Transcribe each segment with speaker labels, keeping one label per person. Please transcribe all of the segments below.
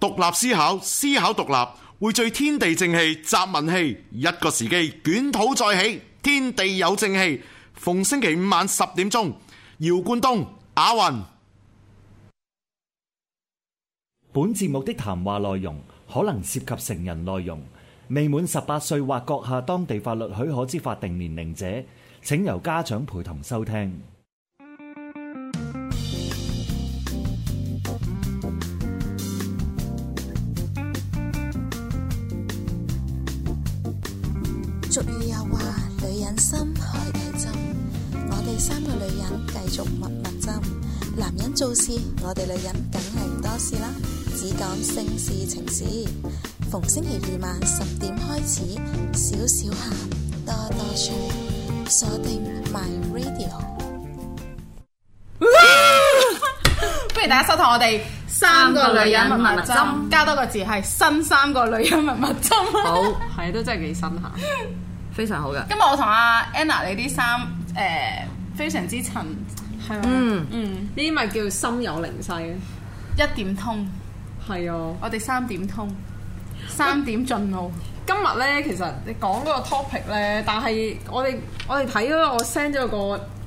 Speaker 1: 獨立思考，思考獨立，匯聚天地正氣、集民氣，一個時機，捲土再起，天地有正氣。逢星期五晚十點鐘，姚冠東、阿雲。
Speaker 2: 本節目的談話內容可能涉及成人內容，未滿十八歲或閣下當地法律許可之法定年齡者，請由家長陪同收聽。
Speaker 3: 俗語又話：女人心，海底針。我哋三個女人繼續密密針。男人做事，我哋女人梗係唔多事啦，只講性事情事。逢星期二晚十點開始，少少鹹，多多趣，鎖定 My Radio。
Speaker 4: 不如大家收睇我哋三個女人密密針，加多個字係新三個女人密密針。
Speaker 5: 好，係都真係幾新下，非常好嘅。
Speaker 4: 今日我同阿 Anna 你啲衫誒非常之襯，係咪？
Speaker 5: 嗯嗯，呢啲咪叫心有靈犀啊。
Speaker 4: 一點通，
Speaker 5: 係啊，
Speaker 4: 我哋三點通，三點進路。
Speaker 5: 今日咧其實你講嗰個 topic 咧，但係我哋我哋睇咗我 send 咗個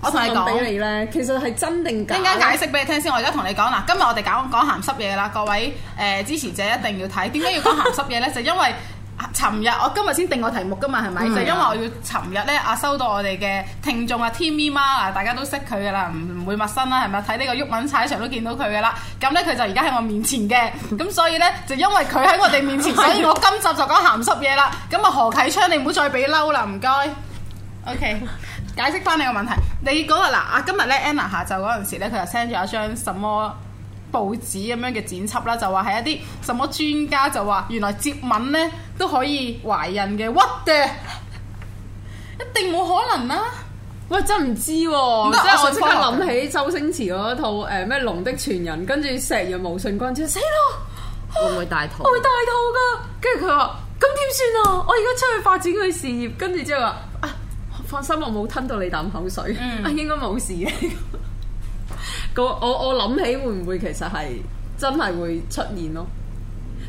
Speaker 4: 我同你
Speaker 5: 新
Speaker 4: 講
Speaker 5: 聞俾你咧，其實係真定假
Speaker 4: 一
Speaker 5: 呢？
Speaker 4: 陣間解釋俾你聽先，我而家同你講嗱，今日我哋講講鹹濕嘢啦，各位誒、呃支持者一定要睇。點解要講鹹濕嘢呢？就因為啊尋日我今日先定個題目噶嘛，係咪？就因為我要尋日呢，啊收到我哋嘅聽眾啊 Timmy 媽啊，大家都識佢噶啦，唔唔會陌生啦，係咪？睇呢個鬱文踩場都見到佢噶啦。咁呢，佢就而家喺我面前嘅，咁所以呢，就因為佢喺我哋面前，所以我今集就講鹹濕嘢啦。咁啊何啟昌，你唔好再俾嬲啦，唔該。OK，解釋翻你個問題。你嗰、個嗱啊，今日咧 Anna 下晝嗰陣時咧，佢就 send 咗一張什麼報紙咁樣嘅剪輯啦，就話係一啲什麼專家就話原來接吻咧都可以懷孕嘅，屈嘅，一定冇可能啦、
Speaker 5: 喂，真唔知
Speaker 4: 唔
Speaker 5: 喎、
Speaker 4: 得
Speaker 5: 即係
Speaker 4: 我
Speaker 5: 我
Speaker 4: 信
Speaker 5: 即
Speaker 4: 科
Speaker 5: 刻
Speaker 4: 學
Speaker 5: 諗起周星馳嗰套誒咩《龍的傳人》，跟住石若無信君，就死咯，
Speaker 6: 會唔會大肚
Speaker 5: 我？會大肚噶。跟住佢話：咁點算啊？我而家出去發展佢事業，跟住之後話：啊，放心，我冇吞到你啖口水，
Speaker 4: 嗯
Speaker 5: 啊應該冇事嘅。個我我諗起會唔會其實係真係會出現咯？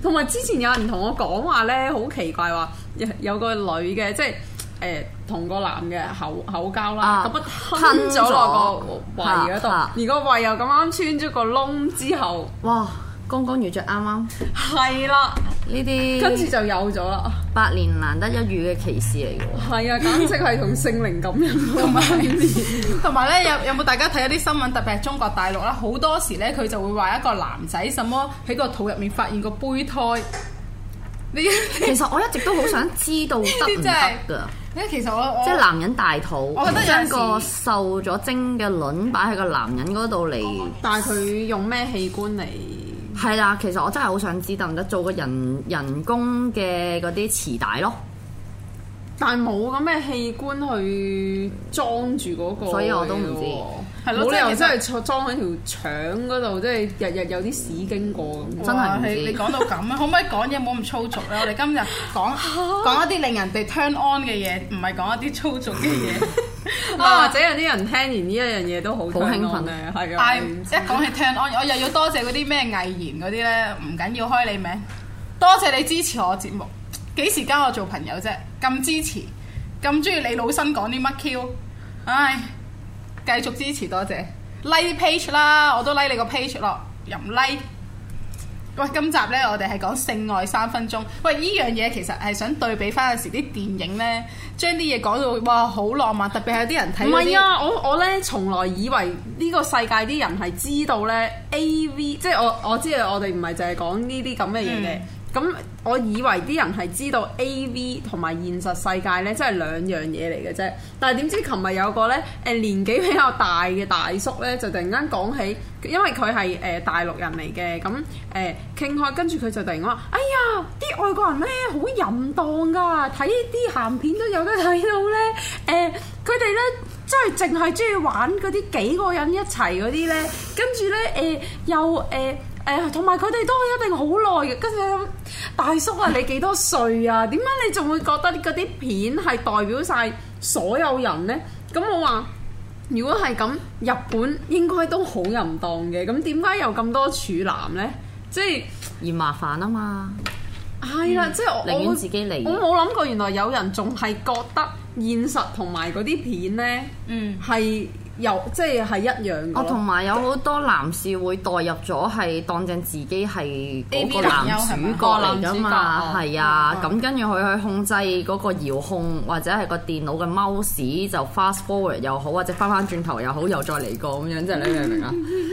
Speaker 5: 同埋之前有人同我講話咧，好奇怪話有有個女嘅，即係誒同個男嘅口口交啦，
Speaker 6: 啊
Speaker 5: 咁啊吞咗落個胃啊嗰度，
Speaker 6: 嚇嚇
Speaker 5: 而個胃又咁啱穿咗個窿之後，
Speaker 6: 哇！剛剛遇着啱啱
Speaker 5: 係啦，
Speaker 6: 呢啲，
Speaker 5: 跟住就有咗啦，
Speaker 6: 百年難得一遇嘅奇事嚟嘅喎。
Speaker 5: 係啊，簡直係同聖靈感應冇關
Speaker 4: 同埋咧，有有冇大家睇一啲新聞，特別係中國大陸啦，好多時咧佢就會話一個男仔什麼喺個肚入面發現個胚胎，你
Speaker 6: 其實我一直都好想知道得唔
Speaker 4: 真係
Speaker 6: 得㗎。
Speaker 4: 你其實我我
Speaker 6: 即係男人大肚，
Speaker 4: 我覺得有陣
Speaker 6: 將
Speaker 4: 時
Speaker 6: 個受咗精嘅卵擺喺個男人嗰度嚟，
Speaker 5: 但係佢用咩器官嚟？
Speaker 6: 係啦。其實我真係好想知得唔得做個人人工嘅嗰啲臍帶咯。
Speaker 5: 但係冇咁嘅器官去裝住嗰個，
Speaker 6: 所以我都唔知
Speaker 4: 係
Speaker 5: 知
Speaker 4: 咯
Speaker 5: 冇理由
Speaker 4: 即
Speaker 5: 真
Speaker 4: 係
Speaker 5: 係裝喺條腸嗰度，即係日日有啲屎經過咁。
Speaker 6: 真係唔
Speaker 4: 哇
Speaker 6: 知
Speaker 4: 你你講到咁啊，可唔可以講嘢冇咁粗俗啊咧？我哋今日 講講一啲令人哋 turn on 嘅嘢，唔係講一啲粗俗嘅 嘢。
Speaker 5: 啊，
Speaker 4: 啊
Speaker 5: 或者有啲人聽完呢一樣嘢都好
Speaker 6: 好興奮
Speaker 5: 咧，係啊
Speaker 4: 但係，一講起 turn on，我又要多謝嗰啲咩藝言嗰啲咧，唔緊要開你名，多謝你支持我節目，幾時交我做朋友啫？咁支持，咁中意你老身講啲乜 Q，唉，繼續支持多謝，like page 啦，我都 like 你個 page 咯，又唔 like。喂，今集呢，我哋係講性愛三分鐘。喂，呢樣嘢其實係想對比翻有時啲電影呢，將啲嘢講到哇好浪漫，特別係有啲人睇
Speaker 5: 唔
Speaker 4: 嗰啲
Speaker 5: 係啊！我我咧從來以為呢個世界啲人係知道咧 A V，即係我我知啊道我哋唔係淨係講呢啲咁嘅嘢嘅。咁、我以為啲人係知道 A V 同埋現實世界咧，真係兩樣嘢嚟嘅啫。但係點知琴日有個咧誒年紀比較大嘅大叔咧，就突然間講起，因為佢係誒大陸人嚟嘅，咁誒傾開，跟住佢就突然話：哎呀，啲外國人咧好淫蕩㗎，睇啲鹹片都有得睇到咧。誒，佢哋咧真係淨係中意玩嗰啲幾個人一齊嗰啲咧，跟住咧誒又誒。
Speaker 6: 嗯
Speaker 5: 誒，哎同埋佢哋都一定好耐嘅，跟住我諗大叔啊，你幾多歲啊？點解你仲會覺得嗰啲片係代表晒所有人呢？咁我話。如果係咁，日本應該都好淫蕩嘅，咁點解有咁多處男呢？即係
Speaker 6: 嫌麻煩啊嘛。
Speaker 5: 係啦，即係我
Speaker 6: 寧願
Speaker 5: 我會
Speaker 6: 自己嚟
Speaker 5: 我冇諗過原來有人仲係覺得現實同埋嗰啲片咧
Speaker 4: 嗯，
Speaker 5: 係有即係係一樣嘅
Speaker 6: 我哦同
Speaker 5: 咯。
Speaker 6: 埋有好多男士會代入咗係當正自己係嗰
Speaker 4: AV
Speaker 6: 個
Speaker 4: 男
Speaker 6: 男
Speaker 4: 優係
Speaker 6: 主
Speaker 4: 咪
Speaker 6: 角嚟㗎嘛，
Speaker 5: 個哦男
Speaker 6: 係啊，咁跟住佢去控制嗰個遙控或者係個電腦嘅 mouse 就 fast forward 又好，或者翻翻轉頭又好，又再嚟過咁樣，即係你明唔 明啊？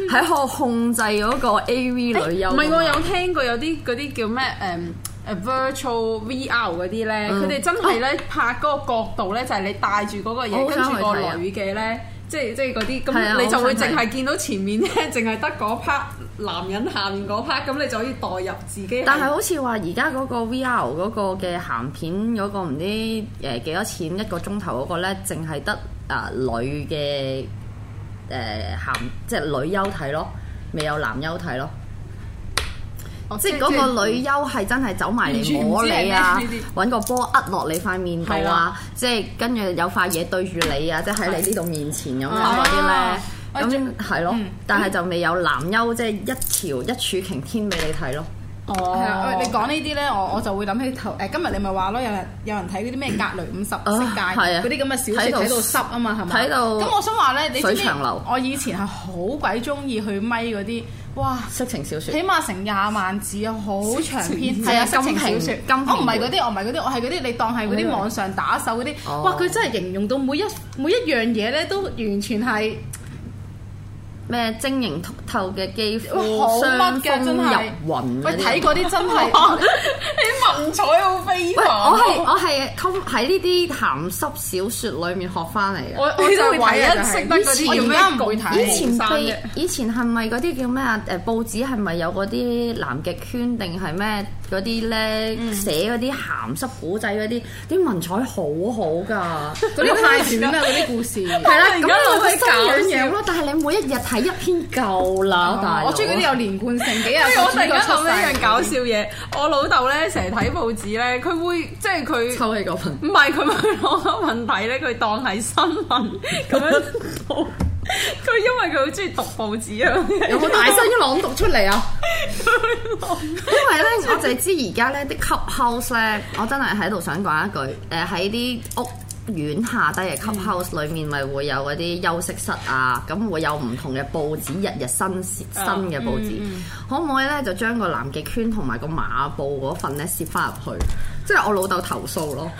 Speaker 6: 喺度控制嗰個 AV 女優㗎
Speaker 5: 唔
Speaker 6: 嘛，
Speaker 5: 係我有聽過有啲嗰啲叫咩誒誒 virtual VR 嗰啲咧，佢哋真係咧拍嗰個角度咧，就係你戴住嗰個嘢，
Speaker 6: 我好
Speaker 5: 跟
Speaker 6: 想
Speaker 5: 住
Speaker 6: 去
Speaker 5: 個
Speaker 6: 睇啊
Speaker 5: 女嘅咧。即係即係嗰啲，
Speaker 6: 係啊
Speaker 5: 咁你就
Speaker 6: 我好
Speaker 5: 會
Speaker 6: 想
Speaker 5: 淨
Speaker 6: 睇
Speaker 5: 係見到前面咧，淨係得嗰 part 男人下面嗰 part，咁你就可以代入自己。
Speaker 6: 但係好似話而家嗰個 VR 嗰個嘅鹹片嗰個唔知誒幾多錢一個鐘頭嗰個咧，淨係得啊女嘅誒鹹，即係女優睇咯，未有男優睇咯。
Speaker 5: 哦
Speaker 6: 即係嗰個女優係真係走埋嚟摸你啊
Speaker 5: 完全唔知係咩呢，
Speaker 6: 揾個波呃落你塊面度
Speaker 5: 係
Speaker 6: 啊
Speaker 5: 啦，
Speaker 6: 即係跟住有塊嘢對住你啊，即係喺你呢度面前咁樣嗰啲咧
Speaker 4: 啊。我
Speaker 6: 咁係嗯咯，但係就未有男優即係一條一柱擎天俾你睇咯。
Speaker 4: 係啊，
Speaker 5: 哦
Speaker 4: 喂你講呢啲咧，我我就會諗起頭誒，今日你咪話咯，有人有人睇嗰啲咩隔離五十色戒
Speaker 6: 係啊
Speaker 4: 嗰啲咁嘅小説
Speaker 6: 睇到
Speaker 4: 睇到濕啊嘛，係咪？
Speaker 6: 睇到
Speaker 4: 咁我想話咧，你知唔
Speaker 6: 水
Speaker 4: 知
Speaker 6: 長流
Speaker 4: 我以前係好鬼中意去咪嗰啲，哇！
Speaker 6: 色情小説
Speaker 4: 起。碼成廿萬字啊，好長 篇，係啊，色
Speaker 6: 色情
Speaker 4: 情小
Speaker 6: 金
Speaker 4: 説
Speaker 6: 瓶。
Speaker 4: 我唔係嗰啲，我唔係嗰啲，我係嗰啲你當係嗰啲網上打手嗰啲。
Speaker 6: 哦
Speaker 4: 哇！佢真係形容到每一每一樣嘢咧，都完全係
Speaker 6: 咩晶瑩剔透嘅肌膚，
Speaker 4: 哇好乜嘅，真
Speaker 6: 雙峰
Speaker 4: 係
Speaker 6: 入雲啊
Speaker 4: 喂，
Speaker 6: 嗰啲
Speaker 4: 睇嗰啲真 係，
Speaker 5: 你文采好非
Speaker 6: 喂，
Speaker 4: 啊
Speaker 5: 凡。
Speaker 6: 我係我係通喺呢啲鹹濕小説裡面學翻嚟嘅。
Speaker 5: 我我就係唯一識得嗰
Speaker 4: 我
Speaker 5: 啲
Speaker 4: 而家唔會睇
Speaker 6: 以前
Speaker 5: 生
Speaker 6: 被
Speaker 5: 嘅。
Speaker 6: 以前係咪嗰啲叫咩啊？誒報紙係咪有嗰啲南極圈定係咩嗰啲咧
Speaker 4: 嗯
Speaker 6: 寫嗰啲鹹濕古仔嗰啲，啲文采好好 㗎。
Speaker 4: 嗰啲太短啦，嗰啲故事。
Speaker 6: 係啦，
Speaker 5: 而
Speaker 6: 咁
Speaker 5: 家
Speaker 6: 你
Speaker 5: 都
Speaker 6: 會
Speaker 5: 喺
Speaker 6: 心癢癢咯。但係你每一日睇一篇夠啦，大
Speaker 4: 哦
Speaker 6: 佬
Speaker 4: 我中意嗰啲有連貫性，幾日
Speaker 5: 跟住哎我突然間諗
Speaker 4: 一
Speaker 5: 起一樣搞笑嘢，我老豆咧成日睇報紙咧，佢會即係 佢
Speaker 6: 抽起個份。
Speaker 5: 唔係佢會攞個問題咧，佢當係新聞 咁樣讀。佢因為佢好中意讀報紙啊，
Speaker 6: 有冇大聲一朗讀出嚟啊？ 因為咧，我就係知而家咧啲 club house 咧，我真係喺度想講一句，誒喺啲屋苑下低嘅 club house 裏面，咪會有嗰啲休息室啊，咁會有唔同嘅報紙，日日新新嘅報紙，可唔可以咧就將個南極圈同埋個馬報嗰份咧攝翻入去？即係我老豆投訴 咯，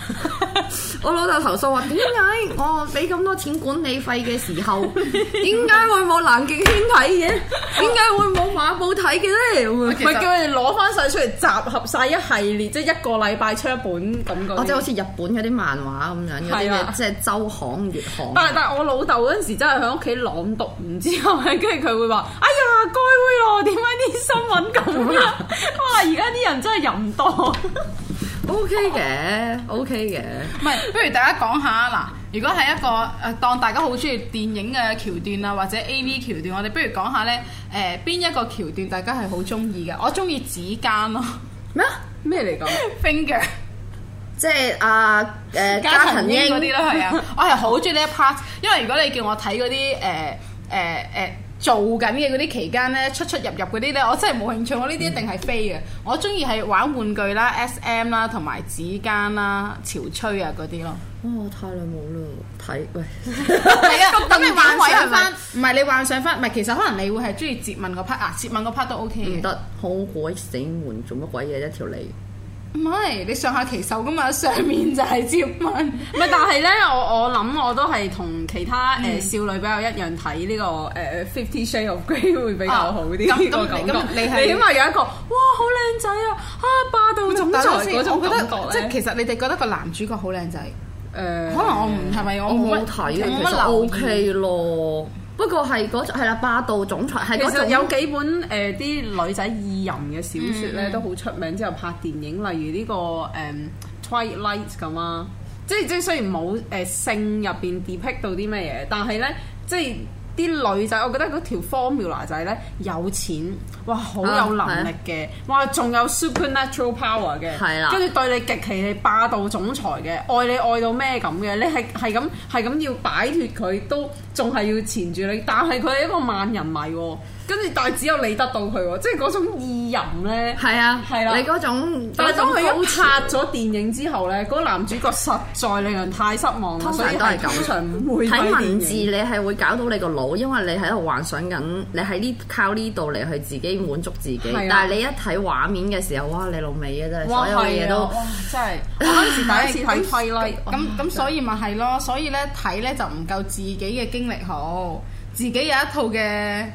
Speaker 6: 我老豆投訴話點解我俾咁多錢管理費嘅時候，點解會冇南極圈睇 嘅？點解會冇馬報睇嘅咧？咁樣
Speaker 5: 唔係叫佢哋攞翻晒出嚟集合晒一系列，即係一個禮拜出一本咁嗰
Speaker 6: 或哦者好
Speaker 5: 啲。
Speaker 6: 似日本嗰啲漫畫咁樣，嗰啲
Speaker 5: 係
Speaker 6: 嘅
Speaker 5: 啊
Speaker 6: 即係周刊、月刊。
Speaker 5: 但
Speaker 4: 啊
Speaker 5: 係但係我老豆嗰陣時真係喺屋企朗讀完之後咧，跟住佢會話：哎呀，該會咯，點解啲新聞咁 啊？哇！而家啲人真係淫多。
Speaker 6: O K 嘅，O K 嘅，
Speaker 4: 唔係，不如大家講下嗱，如果係一個誒、呃，當大家好中意電影嘅橋段啊，或者 A V 橋段，我哋不如講下咧誒邊一個橋段大家係好中意嘅？我中意指間咯
Speaker 6: 咩啊？
Speaker 5: 咩嚟講？
Speaker 4: ，finger
Speaker 6: 即係啊誒
Speaker 4: 加
Speaker 6: 加
Speaker 4: 藤
Speaker 6: 藤
Speaker 4: 英
Speaker 6: 英
Speaker 4: 嗰啲啦，係啊， 我係好中意呢一 part，因為如果你叫我睇嗰啲誒誒誒做緊嘅嗰啲期間咧，出出入入嗰啲咧，我真係冇興趣，我呢啲一定係飛嘅。我中意係玩玩具啦、S M 啦、同埋指間啦、潮吹啊嗰啲咯。
Speaker 6: 哇！我哦太耐冇啦，睇喂，
Speaker 4: 係啊，咁你幻
Speaker 6: 位
Speaker 4: 想翻，唔係你幻想翻，唔係其實可能你會係中意接吻嗰 part 啊，接吻嗰 part 都 OK
Speaker 6: 唔
Speaker 4: 嘅。
Speaker 6: 得，好鬼死悶，做乜鬼嘢一條脷？
Speaker 4: 唔係你上下其手噶嘛， 上面就係接吻。
Speaker 5: 唔係，但係咧，我我諗我都係同其他誒、
Speaker 4: 嗯
Speaker 5: 呃少女比較一樣睇呢、個誒《Fifty Shades of Grey》會比較好啲
Speaker 4: 啊咁
Speaker 5: 呢個
Speaker 4: 咁
Speaker 5: 感
Speaker 4: 你
Speaker 5: 覺。
Speaker 4: 咁你係
Speaker 5: 起碼有一個哇，好靚仔啊！啊，霸道總裁
Speaker 4: 但係
Speaker 5: 嗰種
Speaker 4: 我覺
Speaker 5: 感
Speaker 4: 得即
Speaker 5: 覺
Speaker 4: 係
Speaker 5: 咧。
Speaker 4: 其實你哋覺得個男主角好靚仔，可
Speaker 5: 誒
Speaker 4: 能我唔係咪
Speaker 6: 我
Speaker 4: 我
Speaker 6: 冇
Speaker 4: 冇
Speaker 6: 睇，
Speaker 4: 睇，
Speaker 6: 其
Speaker 4: 冇乜
Speaker 6: 實
Speaker 4: 留
Speaker 6: O
Speaker 4: 意。
Speaker 6: K 咯。不過係嗰係啦，霸道總裁係
Speaker 5: 其
Speaker 6: 嗰
Speaker 5: 實
Speaker 6: 種
Speaker 5: 有幾本誒啲、女仔意淫嘅小説
Speaker 6: 嗯
Speaker 5: 咧、都好出名，之後拍電影，例如呢、個誒、Twilight》咁啊，即係即係雖然冇誒、性入邊 depict 到啲咩嘢，但係咧即係。啲女仔，我覺得嗰條 formula 就係咧有錢，哇好
Speaker 6: 啊
Speaker 5: 有能力嘅，哇仲有 supernatural power 嘅，
Speaker 6: 係啦
Speaker 5: 跟住對你極其你霸道總裁嘅，愛你愛到咩咁嘅，你係係咁係咁要擺脱佢，都仲係要纏住你，但係佢係一個萬人迷喎，跟住但係只有你得到佢喎，即係嗰種意淫咧。
Speaker 6: 係啊，
Speaker 5: 係啦
Speaker 6: 你嗰種，
Speaker 5: 但係當佢
Speaker 6: 嗰
Speaker 5: 一
Speaker 6: 種
Speaker 5: 拍咗電影之後咧，嗰個男主角實在令人太失望啦，
Speaker 6: 通常
Speaker 5: 所以
Speaker 6: 都係咁
Speaker 5: 通常唔會
Speaker 6: 睇
Speaker 5: 睇
Speaker 6: 文
Speaker 5: 電
Speaker 6: 字，
Speaker 5: 影
Speaker 6: 你係會搞到你個腦，因為你喺度幻想緊，你喺呢靠呢度嚟去自己滿足自己
Speaker 5: 係啊。
Speaker 6: 但係你一睇畫面嘅時候，哇！你老味啊，真係
Speaker 5: 哇
Speaker 6: 所有嘢
Speaker 5: 係啊
Speaker 6: 都
Speaker 4: 哇！真係，我嗰
Speaker 5: 嗰陣
Speaker 4: 陣
Speaker 5: 時
Speaker 4: 時
Speaker 5: 第一次睇啊
Speaker 4: 咁
Speaker 5: highlight，
Speaker 4: 咁咁，所以咪係咯，所以咧睇咧就唔夠自己嘅經歷好，自己有一套嘅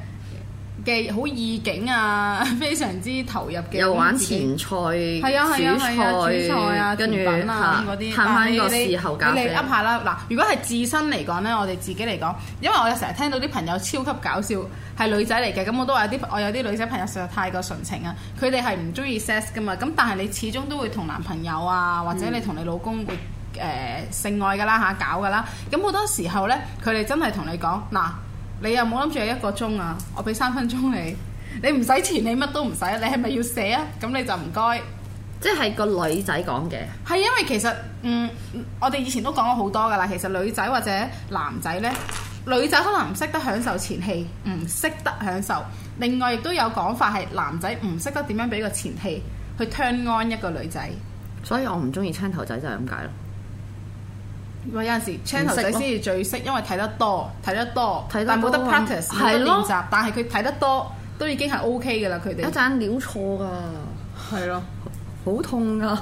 Speaker 4: 嘅好意境啊， 非常之投入嘅，
Speaker 6: 又玩
Speaker 4: 咁自己
Speaker 6: 前菜、
Speaker 4: 係啊係啊係啊，
Speaker 6: 煮
Speaker 4: 煮菜啊、
Speaker 6: 跟住
Speaker 4: 甜品啊
Speaker 6: 嚇
Speaker 4: 嗰啲，
Speaker 6: 慳翻個
Speaker 4: 但係你
Speaker 6: 事後咖
Speaker 4: 你
Speaker 6: 啡
Speaker 4: 你。噏下啦，嗱，如果係自身嚟講咧，我哋自己嚟講，因為我有成日聽到啲朋友超級搞笑，係女仔嚟嘅，咁我都話有啲我有啲女仔朋友實在太過純情啊，佢哋係唔中意 sex 噶嘛，咁但係你始終都會同男朋友啊，
Speaker 6: 嗯
Speaker 4: 或者你同你老公會。誒、性愛㗎啦嚇，搞㗎啦，咁好多時候呢，佢哋真係同你講嗱，你又冇諗住係一個鐘啊，我俾三分鐘你，你唔使錢，你乜都唔使，你係咪要寫啊？咁你就唔該。
Speaker 6: 即係個女仔講嘅，
Speaker 4: 係因為其實嗯，我哋以前都講過好多㗎啦。其實女仔或者男仔呢，女仔可能唔識得享受前戲，唔識得享受。另外亦都有講法係男仔唔識得點樣俾個前戲去 turn on 一個女仔。
Speaker 6: 所以我唔中意青頭仔就係咁解咯。
Speaker 4: 有陣時 channel 仔先至最識，因為睇得多，睇得多，
Speaker 6: 睇得多啊嗯
Speaker 4: 但冇得 practice，冇得
Speaker 6: 係咯
Speaker 4: 練習。但係佢睇得多都已經係 OK 㗎啦，佢
Speaker 6: 一
Speaker 4: 哋。
Speaker 6: 陣撩錯㗎，
Speaker 5: 係咯，
Speaker 6: 好痛㗎。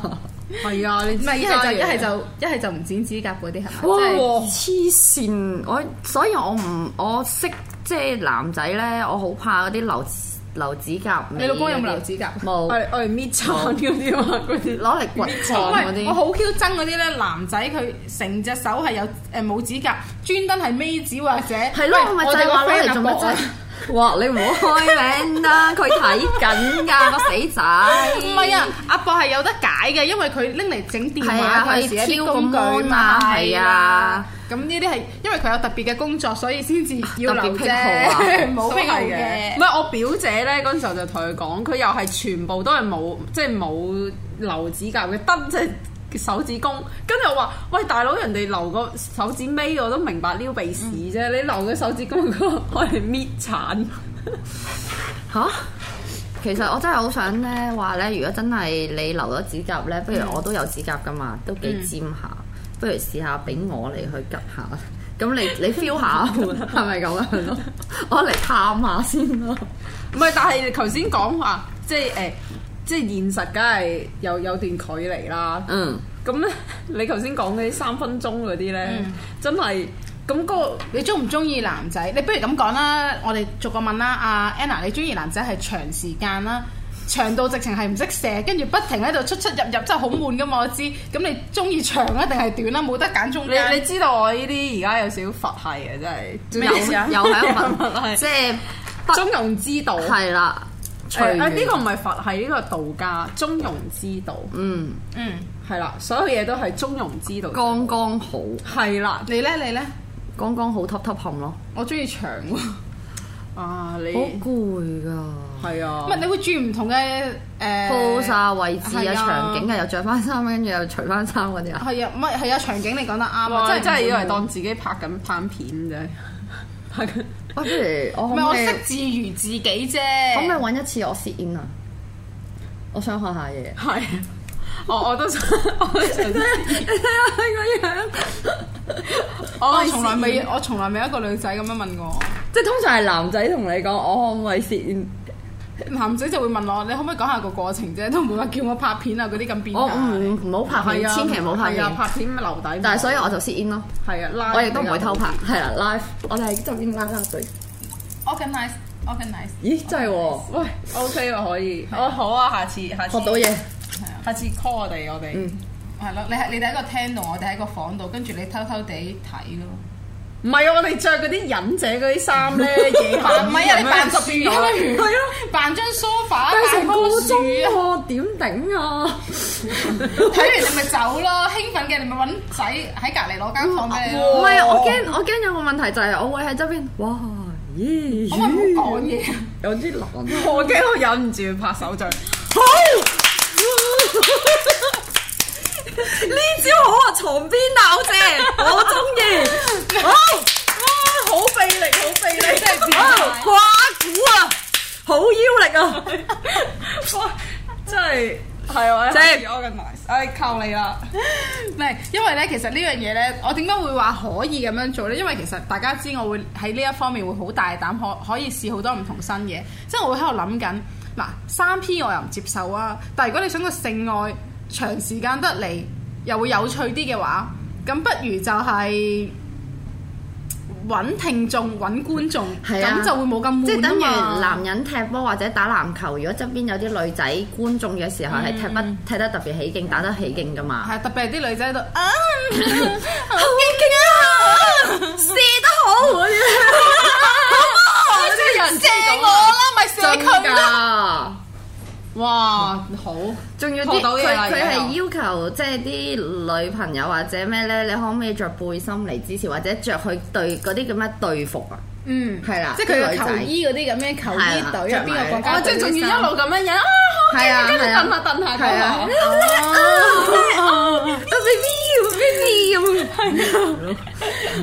Speaker 5: 係啊，你
Speaker 4: 唔
Speaker 5: 唔
Speaker 4: 係一係就一係就一係就唔剪指甲嗰啲係咪？
Speaker 6: 哇！
Speaker 4: 即係
Speaker 6: 黐線，我所以我唔我識即係男仔咧，我好怕嗰啲留留指甲尾嗰啲。
Speaker 4: 你老公有冇留指甲
Speaker 6: 冇，
Speaker 5: 我哋我哋搣餐嗰啲嘛，嗰啲
Speaker 6: 攞嚟掘礦嗰
Speaker 4: 喂，我
Speaker 6: 啊啲。
Speaker 4: 好 Q 憎嗰啲咧，男仔佢成隻手係有誒冇指甲，專登係尾指或者
Speaker 6: 係咯，我咪就係話
Speaker 4: 啊
Speaker 6: 攞嚟做乜啫？ 哇！你唔好開名啦，佢睇緊㗎個死仔。
Speaker 4: 唔
Speaker 6: 唔
Speaker 4: 係啊，阿博係有得解嘅，因為佢拎嚟整電
Speaker 6: 係
Speaker 4: 話
Speaker 6: 啊
Speaker 4: 嗰陣時
Speaker 6: 可以
Speaker 4: 一啲
Speaker 6: 挑個
Speaker 4: 工具
Speaker 6: mon 啊係啊。
Speaker 4: 咁呢啲係因為佢有特別嘅工作，所以先至要留
Speaker 6: 特別
Speaker 4: 啫
Speaker 6: 癖好 啊，
Speaker 4: 冇癖好
Speaker 5: 唔
Speaker 4: 嘅。
Speaker 5: 係我表姐咧嗰陣時候就同佢講，佢又係全部都係冇即係冇留指甲嘅，得隻手指公。跟住我話：喂，大佬，人哋留個手指尾我都明白撩鼻
Speaker 4: 嗯
Speaker 5: 屎啫，你留個手指公我係搣鏟。
Speaker 6: 嚇！其實我真係好想咧話咧，如果真係你留咗指甲咧，不如我都有指甲噶嘛，都幾尖下，不如試下俾我嚟去吉下，咁你你 feel 下係咪咁樣咯？我嚟探下先咯。
Speaker 5: 唔係，但係頭先講話即係誒、即係現實梗係有有段距離啦。
Speaker 6: 嗯，
Speaker 5: 咁咧，你頭先講嗰啲三分鐘嗰啲咧，
Speaker 4: 嗯
Speaker 5: 真係咁嗰個
Speaker 4: 你中唔中意男仔？你不如咁講啦，我哋逐個問啦。阿 Anna，你中意男仔係長時間啦，長到直情係唔識射，跟住不停喺度出出入入，真係好悶噶嘛。我知。咁你中意長啊定係短啦？冇得揀中
Speaker 6: 啊
Speaker 4: 間。
Speaker 5: 你你知道我呢啲而家有少少佛系嘅，真係
Speaker 4: 咩
Speaker 6: 有
Speaker 4: 意思啊
Speaker 6: 有喺 度
Speaker 5: 係
Speaker 6: 問，即係
Speaker 5: 中庸之道。
Speaker 6: 係啦，隨
Speaker 5: 誒啊！
Speaker 6: 緣
Speaker 5: 呢個唔係佛系，呢個係道家中庸之道，
Speaker 6: 嗯
Speaker 4: 嗯，
Speaker 5: 係啦，所有嘢都係中庸之道。
Speaker 6: 剛剛好，
Speaker 5: 係啦，
Speaker 4: 你咧你咧，
Speaker 6: 剛剛好揼揼冚咯，
Speaker 4: 我中意長喎。
Speaker 5: 啊
Speaker 6: 好
Speaker 5: 你
Speaker 6: 攰㗎。
Speaker 5: 係啊
Speaker 4: 唔，係你會轉唔同嘅誒
Speaker 6: pose 啊、位置
Speaker 4: 係
Speaker 6: 啊、
Speaker 4: 啊
Speaker 6: 場景啊，又着翻衫，跟住又除翻衫嗰啲啊。
Speaker 4: 係啊，唔係係啊，場景你講得啱啊，
Speaker 5: 哇！
Speaker 4: 真係
Speaker 5: 真係以為
Speaker 4: 唔
Speaker 5: 當自己拍緊拍緊片啫， 拍緊
Speaker 6: 喂，不如
Speaker 4: 會
Speaker 6: 我
Speaker 4: 唔
Speaker 6: 可
Speaker 4: 係
Speaker 6: 唔
Speaker 4: 我
Speaker 6: 可以
Speaker 4: 識自娛自己啫。
Speaker 6: 可唔可以揾一次我 sit in 啊？我想學下嘢。
Speaker 5: 係。我我都想， 我都想知
Speaker 4: 我
Speaker 5: 係
Speaker 4: 從來未，我從來未有一個女仔咁樣問我。
Speaker 6: 即係通常係男仔同你講，我可唔可以 sit in？
Speaker 4: 男仔就會問我，你可唔可以講下個過程啫？都唔會話叫我拍片啊嗰啲咁變態。
Speaker 6: 我唔唔好拍
Speaker 5: 係
Speaker 6: 片，
Speaker 5: 啊，
Speaker 6: 千祈唔好拍
Speaker 5: 係啊
Speaker 6: 片。
Speaker 5: 拍片留底。
Speaker 6: 但係所以我就 sit in 咯，
Speaker 5: 係啊，
Speaker 6: 我亦都唔會偷拍。係啦，live 我哋喺側邊拉拉隊。
Speaker 4: organize organize。
Speaker 6: 咦，真係喎，
Speaker 5: 喂，OK 喎，可以。哦，好啊，下次下次
Speaker 6: 學到嘢。
Speaker 5: 下次 call 我哋，我哋。
Speaker 6: 嗯
Speaker 4: 係咯，你喺你哋喺個廳度，我哋喺個房度，跟住你偷偷地睇咯。
Speaker 5: 唔係啊！我哋着嗰啲忍者嗰啲衫 咧，夜
Speaker 4: 扮唔係啊，你扮
Speaker 5: 十
Speaker 4: 樹啊不如
Speaker 5: 係咯，
Speaker 4: 扮張 sofa，
Speaker 6: 但
Speaker 4: 扮
Speaker 6: 係成個
Speaker 4: 棵樹啊
Speaker 6: 鐘喎，點頂啊？
Speaker 4: 睇完你咪走咯，興奮嘅你咪揾仔喺隔離攞間房俾你
Speaker 6: 唔
Speaker 4: 咯。
Speaker 6: 係啊，我驚我驚有個問題就係我會喺側邊，哇咦，
Speaker 4: 可唔可以唔好講嘢？
Speaker 6: 有啲難。
Speaker 5: 我驚我忍唔住拍 手掌。
Speaker 6: 呢招好啊，床邊鬧正，我中意。
Speaker 5: 好費力，好費力，真係
Speaker 6: 啊，掛鼓啊，好
Speaker 5: 好腰力啊！哇，真係係我
Speaker 6: 即係
Speaker 5: 即係 organize，唉，靠你啦！
Speaker 4: 唔係，因為咧，其實呢樣嘢咧，我點解會話可以咁樣做咧？因為其實大家知我會喺呢一方面會好大膽，可可以試好多唔同新嘢。即係我會喺度諗緊，嗱三 P 我又唔接受啊。但係如果你想個性愛長時間得嚟，又會有趣啲嘅話，咁不如就係揾聽眾、揾觀眾，
Speaker 6: 係
Speaker 4: 咁、
Speaker 6: 啊
Speaker 4: 就會冇咁悶
Speaker 6: 即係等於
Speaker 4: 啊嘛
Speaker 6: 男人踢波或者打籃球，如果側邊有啲女仔觀眾嘅時候係踢不踢得特別起勁，打得起勁噶 嘛，
Speaker 4: 係特別係啲女仔喺度 啊，
Speaker 6: 好勁 啊，射得好嗰啲，
Speaker 5: 即係有人
Speaker 4: 射我啦，啊咪射佢
Speaker 6: 真
Speaker 4: 啦！
Speaker 6: 㗎。
Speaker 4: 哇，好
Speaker 6: 仲要
Speaker 5: 學
Speaker 6: 啲
Speaker 5: 到
Speaker 6: 佢
Speaker 5: 嘢啦
Speaker 6: 佢係
Speaker 5: 而家
Speaker 6: 要求即係啲女朋友或者咩咧，你可唔可以着背心嚟支持，或者着佢對嗰啲叫咩隊服啊？
Speaker 4: 嗯。
Speaker 6: 係啦，
Speaker 4: 即係佢嘅
Speaker 6: 女仔
Speaker 4: 球衣嗰啲咁樣球衣隊啊，邊個國
Speaker 5: 我
Speaker 4: 家
Speaker 5: 即
Speaker 4: 隊
Speaker 5: 係仲
Speaker 4: 先
Speaker 5: 要一路咁樣樣啊！好
Speaker 6: 係啊
Speaker 5: 勁跟住
Speaker 6: 係啊
Speaker 5: 蹬下蹬下
Speaker 6: 係啊
Speaker 5: 咁
Speaker 6: ，baby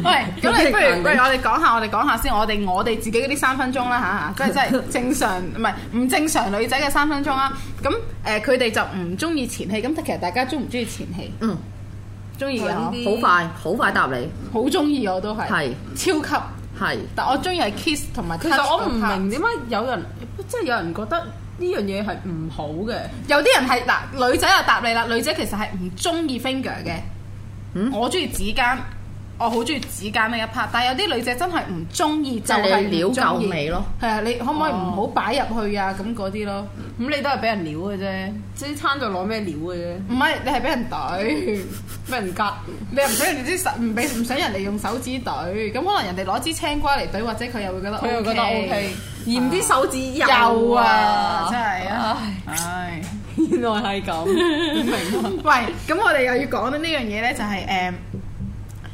Speaker 4: 喂，咁你不
Speaker 6: 咁
Speaker 4: 如
Speaker 6: 你
Speaker 4: 不如我哋講下，我哋講下先，我哋我哋自己嗰啲三分鐘啦吓，即係即 係正常唔係唔正常女仔嘅三分鐘啦。咁誒佢哋就唔中意前戲，咁其實大家中唔中意前戲？
Speaker 6: 嗯，
Speaker 4: 中意嘅
Speaker 5: 呢
Speaker 4: 嗬
Speaker 5: 啲
Speaker 6: 好快好快答你，
Speaker 4: 好中意我都係，
Speaker 6: 係
Speaker 4: 超級。
Speaker 6: 係
Speaker 4: 但我中意係 kiss 同埋 touch
Speaker 5: 其
Speaker 4: 嗰 part。
Speaker 5: 實我唔明點解有人即係有人覺得呢樣嘢係唔好嘅。
Speaker 4: 有啲人係嗱，女仔就答你啦，女仔其實係唔中意 finger 嘅，我中意指間，我好中意指間呢一 part，但係有啲女仔真係唔中意，就
Speaker 6: 係
Speaker 4: 係
Speaker 6: 你
Speaker 4: 唔
Speaker 6: 料夠
Speaker 4: 中意
Speaker 6: 味咯，
Speaker 4: 係啊，你可唔可以唔好擺入去啊？咁嗰啲咯，
Speaker 5: 咁你都係俾人撩嘅啫，即係餐就攞咩料嘅啫，
Speaker 4: 唔係你係俾人懟，
Speaker 5: 俾人夾。
Speaker 4: 你又唔想人哋啲手，唔俾唔想人哋用手指懟，咁可能人哋攞支青瓜嚟懟，或者佢又會覺得
Speaker 5: 佢又覺得 O K，嫌啲手指
Speaker 4: 有
Speaker 5: 幼
Speaker 4: 啊，
Speaker 5: 啊，
Speaker 4: 真係啊，唉。
Speaker 5: 原來 係咁，唔明啊。
Speaker 4: 喂，咁我哋又要講咧呢樣嘢呢，就係、誒。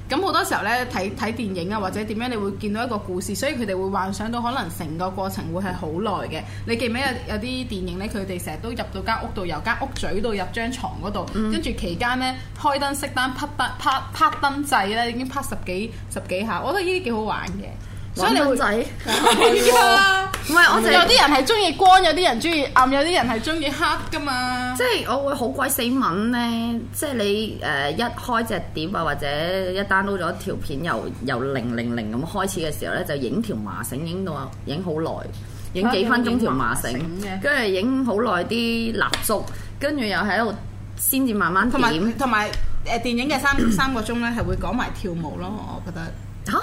Speaker 4: 咁好多時候呢，睇睇電影啊，或者點樣，你會見到一個故事，所以佢哋會幻想到可能成個過程會係好耐嘅。你記唔記得有有啲電影呢？佢哋成日都入到間屋度，由間屋嘴到入張床嗰度，跟住、期間呢，開燈熄燈，啪燈啪啪燈掣呢，已經啪十幾十幾下，我覺得呢啲幾好玩嘅。所以你會
Speaker 6: 揾仔，
Speaker 4: 係啊
Speaker 6: 唔係我就
Speaker 4: 有啲人係中意光，有啲人中意暗，有啲人係中意黑噶嘛。
Speaker 6: 即係我會好鬼死敏咧，即係你誒、呃一開隻碟啊，或者一 download 咗條片，由由零零零咁開始嘅時候咧，就影條麻繩，影到影好耐，影幾分鐘條麻繩
Speaker 4: 影麻繩嘅，
Speaker 6: 跟住影好耐啲蠟燭，跟住又喺度先至慢慢
Speaker 4: 同埋
Speaker 6: 點
Speaker 4: 同埋誒電影嘅三三個鐘咧，係會講埋跳舞咯，我覺得。
Speaker 6: 吓？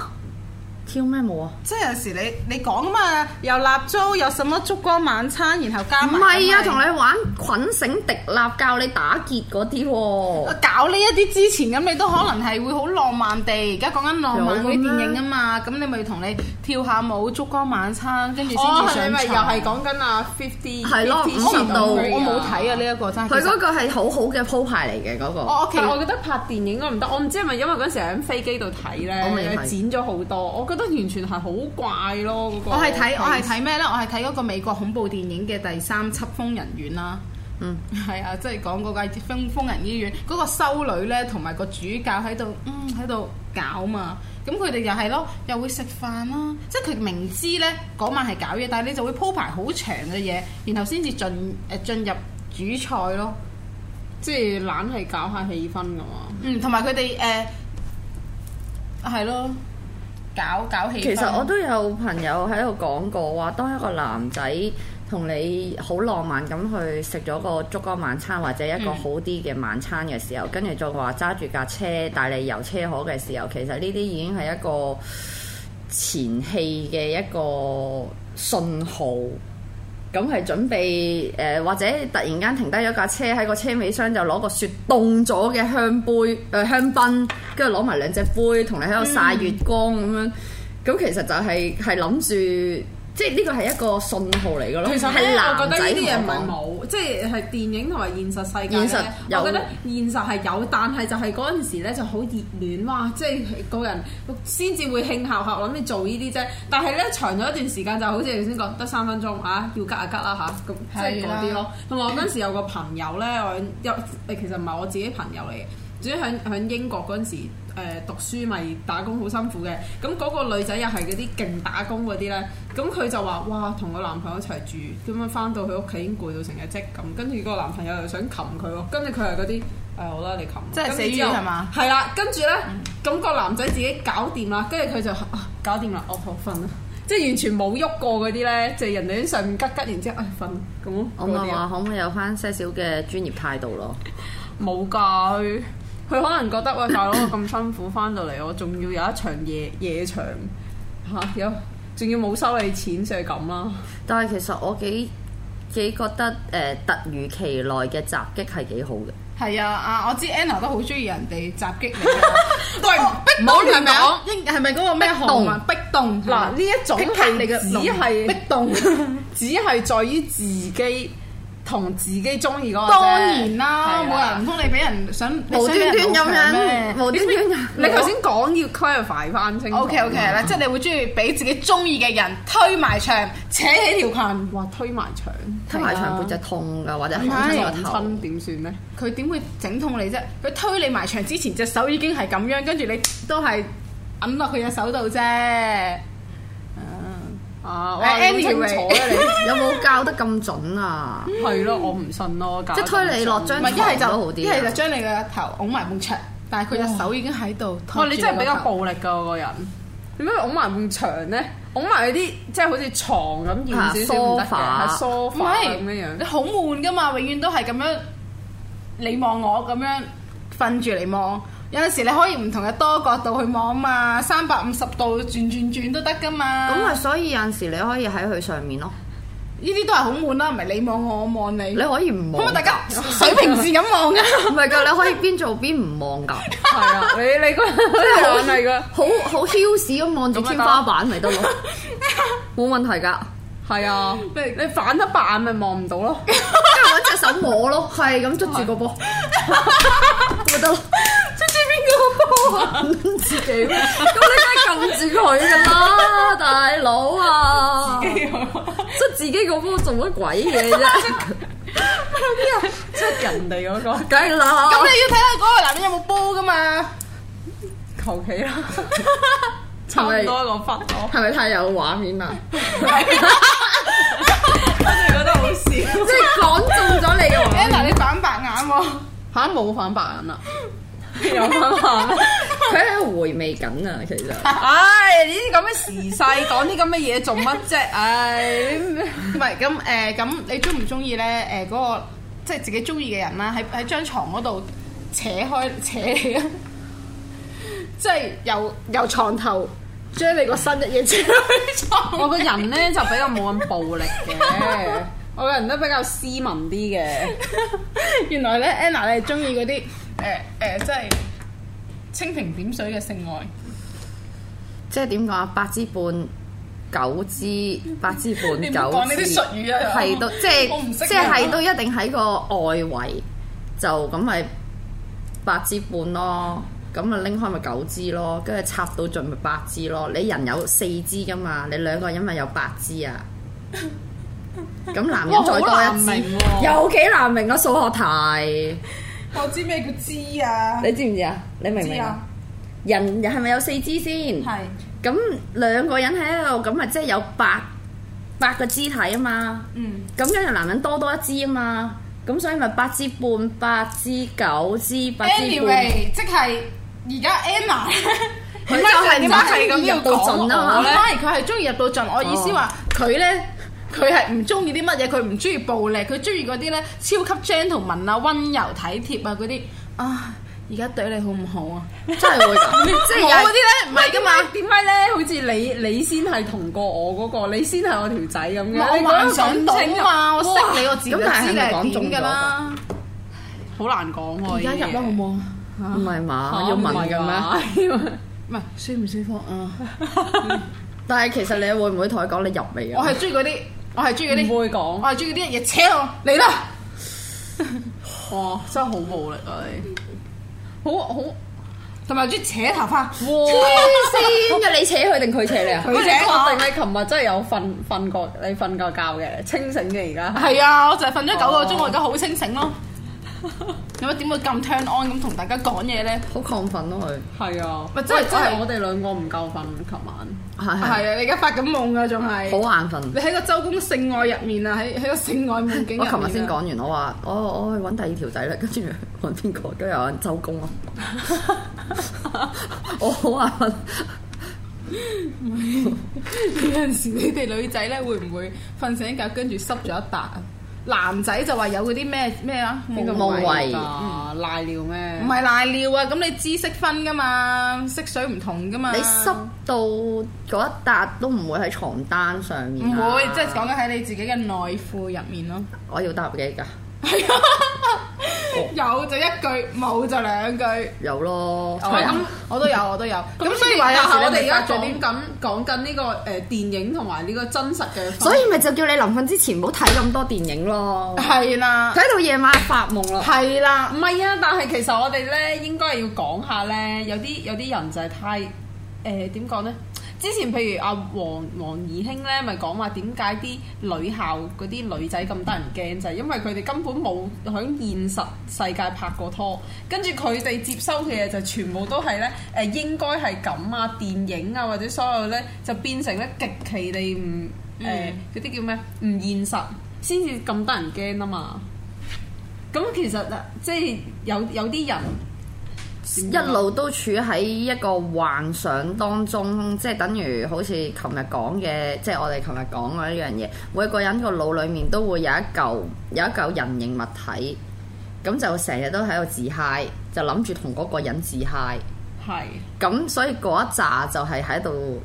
Speaker 6: 跳咩舞啊？
Speaker 4: 即係有時你你講啊嘛，又蠟燭，又什麼燭光晚餐，然後加
Speaker 6: 唔
Speaker 4: 埋。
Speaker 6: 係啊，
Speaker 4: 咁
Speaker 6: 同
Speaker 4: 咪
Speaker 6: 你玩捆繩迪立教你打結嗰啲喎。
Speaker 4: 搞呢一啲之前，咁你都可能係會好浪漫地。而家講緊浪漫嗰啲
Speaker 6: 有嘅
Speaker 4: 電
Speaker 6: 咩
Speaker 4: 影啊嘛，咁你咪同你跳下舞、燭光晚餐，跟住先
Speaker 5: 哦
Speaker 4: 至，
Speaker 5: 你
Speaker 4: 上
Speaker 5: 咪又
Speaker 4: 床
Speaker 5: 係講緊啊 fifty，
Speaker 6: 係咯
Speaker 4: 我唔
Speaker 6: 50到
Speaker 4: 我冇睇啊呢一個真係。
Speaker 6: 佢
Speaker 4: 其實哦
Speaker 6: 嗰個係好好嘅鋪排嚟嘅嗰個。
Speaker 4: 我我其
Speaker 5: 但我覺得拍電影應該唔得，我唔知係咪因為嗰陣時喺飛機度睇
Speaker 6: 我明
Speaker 5: 咧，
Speaker 6: 係
Speaker 5: 剪咗好多，我覺得完全係好怪咯嗰個。
Speaker 4: 我係睇我係睇咩呢？我係睇嗰個美國恐怖電影嘅第三輯《瘋人院》啦。
Speaker 6: 嗯，
Speaker 4: 係啊，即係講嗰間瘋瘋人醫院嗰、個修女呢，同埋個主教喺度，嗯喺度搞嘛。咁佢哋又係咯，又會食飯啦，即係佢明知呢嗰晚係搞嘢，但係你就會鋪排好長嘅嘢，然後先至進誒進入主菜咯。
Speaker 5: 即係懶係搞下氣氛㗎嘛。
Speaker 4: 嗯，同埋佢哋誒係咯，搞搞氣氛。
Speaker 6: 其實我都有朋友喺度講過話，當一個男仔同你好浪漫咁去食咗個燭光晚餐或者一個
Speaker 4: 嗯
Speaker 6: 好啲嘅晚餐嘅時候，跟住再話揸住架車帶你遊車河嘅時候，其實呢啲已經係一個前戲嘅一個信號。咁係準備誒、呃或者突然間停低咗架車喺個車尾箱，就攞個雪凍咗嘅香杯誒、呃香檳，跟住攞埋兩隻杯，同你喺度曬月光咁樣。咁其實就係係諗住，即係呢個係一個信號嚟嘅咯。
Speaker 5: 其實
Speaker 6: 係
Speaker 5: 咧，
Speaker 6: 男
Speaker 5: 啊我覺得呢
Speaker 6: 仔
Speaker 5: 啲嘢唔
Speaker 6: 同
Speaker 5: 係
Speaker 6: 我講
Speaker 5: 冇，即係係電影同埋現實世界
Speaker 6: 現實
Speaker 5: 咧。
Speaker 6: 有
Speaker 5: 我覺得現實係有，但係就係嗰陣時咧就好熱戀，哇！即係個人先至會興效效諗你做呢啲啫。但係咧長咗一段時間就好似你先講得三分鐘啊，要吉啊吉啦吓，咁即係
Speaker 4: 係
Speaker 5: 嗰
Speaker 4: 啦
Speaker 5: 啲咯。同埋我嗰陣時有個朋友咧，我有誒其實唔係我自己朋友嚟嘅。總之喺喺英國嗰陣時，誒、讀書咪打工好辛苦嘅。咁嗰個女仔又係嗰啲勁打工嗰啲咧，咁佢就話：哇，同個男朋友一齊住，咁樣翻到佢屋企已經攰到成日積咁，跟住個男朋友又想擒佢喎，跟住佢係嗰啲。誒好啦，你擒，啊
Speaker 4: 即係
Speaker 5: 跟住
Speaker 4: 死魚
Speaker 5: 之後
Speaker 4: 係嘛
Speaker 5: 係啦，跟住咧，咁、個男仔自己搞掂啦，跟住佢就、啊、搞掂啦，我好瞓啦，即係完全冇喐過嗰啲咧，就係人哋喺上面吉吉，然之後唉哎瞓咁
Speaker 6: 我
Speaker 5: 嗰
Speaker 6: 咪
Speaker 5: 啲啊
Speaker 6: 話可唔可以有翻些少嘅專業態度咯？
Speaker 5: 冇㗎，佢佢可能覺得喂大佬我咁辛苦翻到嚟，我仲要有一場夜夜場嚇、有仲要冇收你錢，所以咁啦。
Speaker 6: 但係其實我幾幾覺得誒、呃突如其來嘅襲擊係幾好嘅。
Speaker 4: 係啊，啊我知 Anna 都好中意人哋襲擊你啊。
Speaker 5: 喂
Speaker 4: 逼動係咪啊？應係咪嗰個咩韓
Speaker 6: 動
Speaker 4: 文逼動？
Speaker 5: 嗱呢一種
Speaker 4: 劈劈你嘅
Speaker 5: 係只係
Speaker 4: 逼動。
Speaker 5: 只係在於自己同自己中意嗰個啫
Speaker 4: 當然啦，
Speaker 5: 係
Speaker 4: 冇
Speaker 5: 啊
Speaker 4: 人唔通你俾人想
Speaker 6: 無端端咁樣，
Speaker 4: 樣。
Speaker 6: 無端端
Speaker 5: 你頭先講要 clarify 翻清楚。
Speaker 4: O K O K
Speaker 5: 嗯
Speaker 4: 啦，即係你會中意俾自己中意嘅人推埋牆，扯起條裙。
Speaker 5: 哇推埋牆，
Speaker 6: 推
Speaker 5: 啊
Speaker 6: 埋牆背脊痛㗎，或者
Speaker 4: 唔
Speaker 6: 冚
Speaker 4: 係
Speaker 6: 親
Speaker 5: 撞
Speaker 6: 個頭。
Speaker 5: 親點算咧？
Speaker 4: 佢點會整痛你啫？佢推你埋牆之前，隻手已經係咁樣，跟住你都係揞落佢隻手度啫。
Speaker 5: 啊，我
Speaker 4: 誒
Speaker 5: 諗清楚
Speaker 4: anyway
Speaker 5: 啦你。
Speaker 6: 有冇教得咁 準啊？
Speaker 5: 係咯，我唔信咯，
Speaker 6: 即係推你落
Speaker 4: 唔
Speaker 6: 張
Speaker 4: 係一係
Speaker 6: 床都
Speaker 4: 就
Speaker 6: 好啲
Speaker 4: 一係就將你嘅頭拱埋埲牆，但係佢隻手已經喺度。
Speaker 5: 哇！哦你真係比較
Speaker 4: 托住你個頭
Speaker 5: 暴力噶個人，點解拱埋咁長咧？拱埋嗰啲即係好似床咁
Speaker 6: 啊
Speaker 5: 軟少少唔得嘅，
Speaker 6: sofa
Speaker 5: 係 sofa
Speaker 4: 唔
Speaker 5: 啊
Speaker 4: 係
Speaker 5: 咁樣樣
Speaker 4: 你。好悶噶嘛，永遠都係咁樣，你望我咁樣瞓住嚟望。有陣時你可以唔同嘅多角度去望啊嘛，三百五十度轉轉轉都得噶嘛。
Speaker 6: 咁
Speaker 5: 啊
Speaker 6: 咪所以有陣時你可以喺佢上面咯，
Speaker 4: 呢啲都係好悶啦，唔係你望我，我望你。
Speaker 6: 你可以唔
Speaker 4: 可唔可
Speaker 6: 望
Speaker 4: 以。嗯大家水平線咁 望啊？
Speaker 6: 唔係㗎，你可以邊做邊唔望 㗎，
Speaker 5: 係啊，你你嗰真係玩嚟噶，
Speaker 6: 好好囂屎咁望住天花板咪得
Speaker 4: 啊
Speaker 6: 咯，冇問 題㗎。
Speaker 5: 係啊，你你反得白眼咪望唔到咯。
Speaker 6: 跟住我隻手摸咯，係咁捉住個波，
Speaker 4: 啊
Speaker 6: 咪得咯。
Speaker 5: 自己咩？
Speaker 6: 咁你梗係撳住佢㗎啦，大佬啊！即係自己個波做乜鬼 嘢啫？
Speaker 5: 即係人哋嗰個
Speaker 6: 梗係啦，
Speaker 4: 咁你要睇下嗰個男人有冇波噶嘛？
Speaker 5: 求其啦，差
Speaker 6: 係咪
Speaker 5: 唔多個分我，
Speaker 6: 係咪太有畫面啊 啦？
Speaker 5: 我真係覺得好笑。
Speaker 6: 即係講中咗你嘅畫面
Speaker 4: Anna 你反白眼喎，
Speaker 5: 嗯嚇冇反白眼啦，啊有 反白眼咩。
Speaker 6: 啊佢喺度回味緊啊，其實。
Speaker 5: 唉，呢啲咁嘅時勢講啲咁嘅嘢做乜啫？唉，
Speaker 4: 唔係咁誒，咁、你中唔中意咧？誒、嗰、個即係自己中意嘅人啦，喺喺張床嗰度扯開 扯你啊！即係由由床頭將你個身一嘢扯開床。
Speaker 5: 我個人咧就比較冇咁暴力 嘅，我個人都比較斯文啲嘅。
Speaker 4: 原來咧，Anna 你係中意嗰啲誒誒，即係蜻蜓點水嘅性愛。
Speaker 6: 即係點講啊？八支半九支，八支
Speaker 4: 你
Speaker 6: 半
Speaker 4: 唔好講呢
Speaker 6: 九
Speaker 4: 啲
Speaker 6: 支，
Speaker 4: 術語啊
Speaker 6: 係都即係
Speaker 4: 我唔識啊
Speaker 6: 即係係都一定喺個外圍，就咁咪八支半咯。咁咪拎開咪九支咯，跟住插到盡咪八支咯。你人有四支噶嘛，你兩個人咪有八支 啊。咁男人再多一支，有幾難明啊數學題？
Speaker 4: 我知咩叫知啊？
Speaker 6: 你知唔知啊？你明唔明
Speaker 4: 知
Speaker 6: 啊
Speaker 4: 啊？
Speaker 6: 人係咪有四支先？
Speaker 4: 係
Speaker 6: 咁兩個人喺度，咁咪即係有八八個肢體啊嘛。
Speaker 4: 嗯。
Speaker 6: 咁跟住男人多多一支啊嘛，咁所以咪八支半、八支九支、八支半，
Speaker 4: Anyway，即係而家 Anna
Speaker 6: 佢就係唔中意入到盡啊
Speaker 4: 我
Speaker 6: 嘛。哦
Speaker 4: 反而佢係中意入到盡。我意思話佢咧，佢係唔中意啲乜嘢，佢唔中意暴力，佢中意嗰啲咧超級 gentleman 啊、温柔體貼啊嗰啲啊。而家對你好唔好啊？
Speaker 6: 真係 會㗎，即係
Speaker 4: 我嗰啲咧唔係噶嘛。
Speaker 5: 點解咧？好似你你先係同過我嗰個，你先係我條仔咁
Speaker 4: 唔
Speaker 5: 樣。
Speaker 4: 係我
Speaker 5: 你講
Speaker 4: 幻
Speaker 5: 得
Speaker 4: 想
Speaker 5: 咁
Speaker 4: 到啊
Speaker 5: 清楚
Speaker 4: 嘛，我
Speaker 5: 哇
Speaker 4: 識你我自己就
Speaker 6: 咁但
Speaker 4: 知
Speaker 6: 係係
Speaker 4: 你
Speaker 6: 咪
Speaker 4: 係
Speaker 6: 講中
Speaker 4: 點㗎啦。
Speaker 5: 好難講喎。
Speaker 4: 而家入啦好
Speaker 5: 冇？
Speaker 4: 唔好啊？
Speaker 6: 唔係嘛？
Speaker 5: 嚇
Speaker 6: 啊要問嘅咩？
Speaker 5: 唔係嘛
Speaker 4: 唔係舒唔舒服啊？
Speaker 6: 但係其實你會唔會同佢講你入嚟
Speaker 4: 我
Speaker 6: 啊？
Speaker 4: 係中意嗰啲，我係中意嗰啲，
Speaker 5: 唔會講
Speaker 4: 我係中意嗰啲嘢扯我嚟啦。
Speaker 5: 哇！真係好暴力啊！你好好
Speaker 4: 啊同埋中意扯頭髮，
Speaker 6: 黐線嘅，你扯佢定佢扯你啊？
Speaker 5: 佢
Speaker 4: 喂
Speaker 5: 哋
Speaker 4: 你講
Speaker 5: 確定你琴日真係有瞓瞓過，你瞓過覺嘅，清醒嘅而家。
Speaker 6: 哦
Speaker 4: 係啊，我就係瞓咗九個鐘，我而家好清醒咯。有乜點會咁 turn on 咁同大家講嘢咧？
Speaker 6: 好亢奮咯佢，
Speaker 5: 係啊，
Speaker 4: 咪
Speaker 5: 喂，
Speaker 4: 真係真係
Speaker 5: 我哋兩個唔夠瞓，琴晚
Speaker 6: 係
Speaker 4: 係啊，你而家發緊夢啊，仲係
Speaker 6: 係好眼瞓。
Speaker 4: 你喺個周公性愛入面啊，喺喺個性愛夢境入
Speaker 6: 我
Speaker 4: 面啊
Speaker 6: 琴日 先講完，我話我我去揾第二條仔啦，跟住揾邊個？跟住又揾周公咯。 我好眼瞓，
Speaker 4: 啊 有陣時你哋女仔咧會唔會瞓醒覺跟住濕咗一笪？啊男仔就話有嗰啲咩咩啊，
Speaker 5: 邊個
Speaker 6: 夢
Speaker 5: 唔係
Speaker 6: 遺
Speaker 5: 㗎啊賴尿咩？
Speaker 4: 唔係瀨尿啊！咁你知識分噶嘛，色水唔同噶嘛。
Speaker 6: 你濕到嗰一笪都唔會喺床單上面
Speaker 4: 唔
Speaker 6: 啊。
Speaker 4: 會，即係講緊喺你自己嘅內褲入面 咯。
Speaker 6: 我要答嘅㗎，
Speaker 4: 有就一句，冇就兩句。
Speaker 6: 有咯。啊
Speaker 4: 哦咁我都有，我都有。咁
Speaker 5: 啊咁
Speaker 4: 所
Speaker 5: 所以
Speaker 4: 以話
Speaker 5: 但
Speaker 4: 有時
Speaker 5: 係我
Speaker 4: 你
Speaker 5: 哋而
Speaker 4: 咪
Speaker 5: 家
Speaker 4: 發咗
Speaker 5: 講
Speaker 4: 啲
Speaker 5: 緊講緊呢個誒電影同埋呢個真實嘅，
Speaker 6: 所以咪就叫你臨瞓之前唔好睇咁多電影 咯，
Speaker 4: 係啦，
Speaker 6: 睇到夜晚發夢咯。
Speaker 4: 係啦
Speaker 5: 唔。係啊，但係其實我哋咧應該係要講下咧，有啲有啲人就係太誒點講咧？之前譬如阿黃黃怡興咧，咪講話點解啲女校嗰啲女仔咁得人驚，就係、因為佢哋根本冇喺現實世界拍過拖，跟住佢哋接收嘅嘢就全部都係咧誒應該係咁啊，電影啊或者所有咧就變成咧極其地唔誒嗰啲叫咩唔現實，先至咁得人驚啊嘛〜咁其實嗱，即係有有啲人
Speaker 6: 一路都處喺一個幻想當中，即係等於好似琴日講嘅，即係我哋琴日講嗰一樣嘢，每個人個腦裡面都會有一嚿有一嚿人形物體，咁就成日都喺度自嗨，就諗住同嗰個人自嗨。
Speaker 5: 係
Speaker 6: 咁所以嗰一紮就係喺度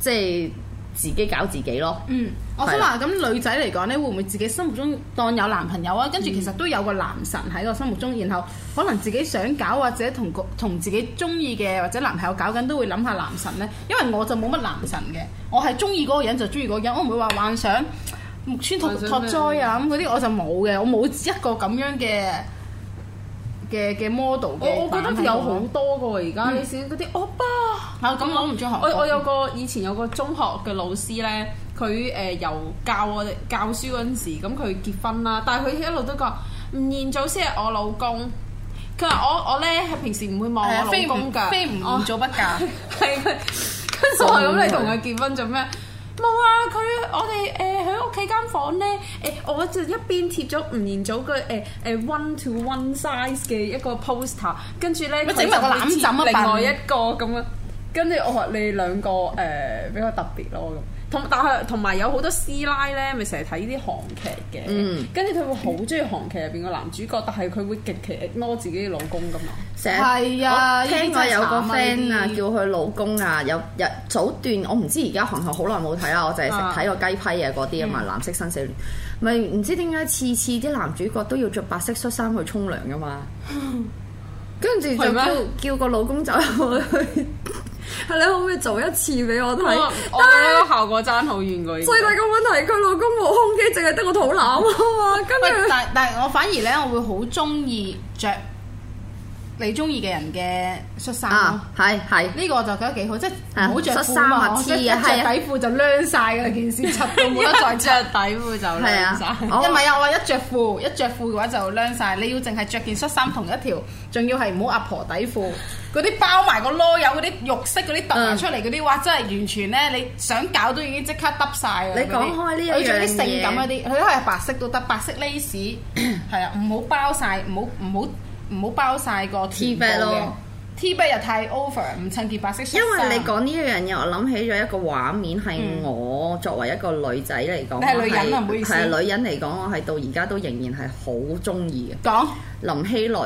Speaker 6: 即係自己搞自己咯。
Speaker 4: 嗯，我
Speaker 5: 啊
Speaker 4: 想話咁女仔嚟講咧，會唔會自己心目中當有男朋友啊？跟住其實都有個男神喺個心目中，然後可能自己想搞或者同個同自己中意嘅或者男朋友搞緊，都會諗下男神呢。因為我就冇乜男神嘅，我係中意嗰個人就中意嗰個人，我唔會話幻想木村拓
Speaker 5: 幻想
Speaker 4: 拓哉啊咁嗰啲，我就冇嘅，我冇一個咁樣嘅嘅嘅 model 嘅
Speaker 5: 我我覺
Speaker 4: 版
Speaker 5: 得
Speaker 4: 喺
Speaker 5: 有
Speaker 4: 度
Speaker 5: 好多個喎，而家你先嗰啲哦歐巴，
Speaker 4: 嗯啊咁我唔中意韓國
Speaker 5: 我我有個以前有個中學嘅老師咧，佢誒、呃由教我哋教書嗰陣時，咁佢結婚啦，但係佢一路都講吳彥祖先係我老公。佢話我我咧係平時唔會望我
Speaker 4: 係啊
Speaker 5: 老
Speaker 4: 非唔
Speaker 5: 公㗎，哦
Speaker 4: 非唔
Speaker 5: 我
Speaker 4: 做不嫁。
Speaker 5: 係佢，跟住我係咁，你同佢結婚做咩？冇啊！佢我哋誒喺屋企間房咧，誒、我就一邊貼咗吳彥祖嘅誒誒 one to one size 嘅一個 poster，跟住咧
Speaker 4: 咪整埋個攬枕啊
Speaker 5: 佢就會貼
Speaker 4: 笨
Speaker 5: 另外一個咁樣。跟住我話你哋兩個誒、比較特別咯咁，同但係同埋有好多師奶咧，咪成日睇啲韓劇嘅，
Speaker 6: 嗯
Speaker 5: 跟住佢會好中意韓劇入邊個男主角，但係佢會極其 ignore 自己嘅老公噶嘛。
Speaker 6: 成日
Speaker 4: 係啊
Speaker 6: 我聽過有個
Speaker 4: 呢啲真係慘啊
Speaker 6: friend 啊
Speaker 4: 呢，啲
Speaker 6: 叫佢老公啊，有有早段我唔知而家韓劇好耐冇睇啦，我就係食
Speaker 5: 啊
Speaker 6: 睇過雞批啊嗰啲
Speaker 4: 嗯
Speaker 6: 啊嘛，藍色生死戀，咪唔知點解次次啲男主角都要着白色恤衫去沖涼噶嘛， 跟住就
Speaker 5: 係咩
Speaker 6: 叫叫個老公走入去， 係你可唔可以做一次俾我睇？
Speaker 5: 我我覺得個效果爭好遠㗎。已經
Speaker 6: 最大嘅問題，佢老公冇胸肌，淨係得個肚腩啊嘛，
Speaker 4: 喂
Speaker 6: 跟，住
Speaker 4: 但但係我反而咧，我會好中意着你中意嘅人嘅恤衫咯
Speaker 6: 啊。係係。
Speaker 4: 呢個我就覺得幾好，即係唔
Speaker 6: 啊
Speaker 4: 好着
Speaker 6: 恤
Speaker 4: 褲
Speaker 6: 衫啊
Speaker 4: 嘛，我覺得一
Speaker 6: 黐啊
Speaker 4: 着
Speaker 6: 係啊
Speaker 4: 底褲就攣晒㗎啦，件事柒到冇 得再着。
Speaker 5: 着底褲就
Speaker 6: 係
Speaker 5: 靚晒
Speaker 6: 啊，，
Speaker 4: 因為啊，我話一着褲，一着褲嘅話就攣晒。你要淨係着件恤衫同一條，仲要係唔好阿婆底褲，嗰啲包埋個囉柚，嗰啲肉色嗰啲凸埋出嚟嗰
Speaker 6: 嗯
Speaker 4: 啲，哇！真係完全咧，你想搞都已經即刻耷晒啊！
Speaker 6: 你講開呢一樣嘢
Speaker 4: 佢仲有啲性感嗰啲，佢都係白色都得，白色 lace 係啊，唔好包晒，唔好唔好唔好包晒個臀
Speaker 6: T-back
Speaker 4: 部嘅
Speaker 6: 咯
Speaker 4: ，T-back 又太 over，唔襯件白色恤衫。
Speaker 6: 因為你講呢一樣嘢，我諗起咗一個畫面，係我作為一個女仔嚟講，
Speaker 4: 嗯你係
Speaker 6: 我
Speaker 4: 女人啊唔好意思
Speaker 6: 係啊女人嚟講，我係到而家都仍然係好中意
Speaker 4: 講
Speaker 6: 嘅林熙蕾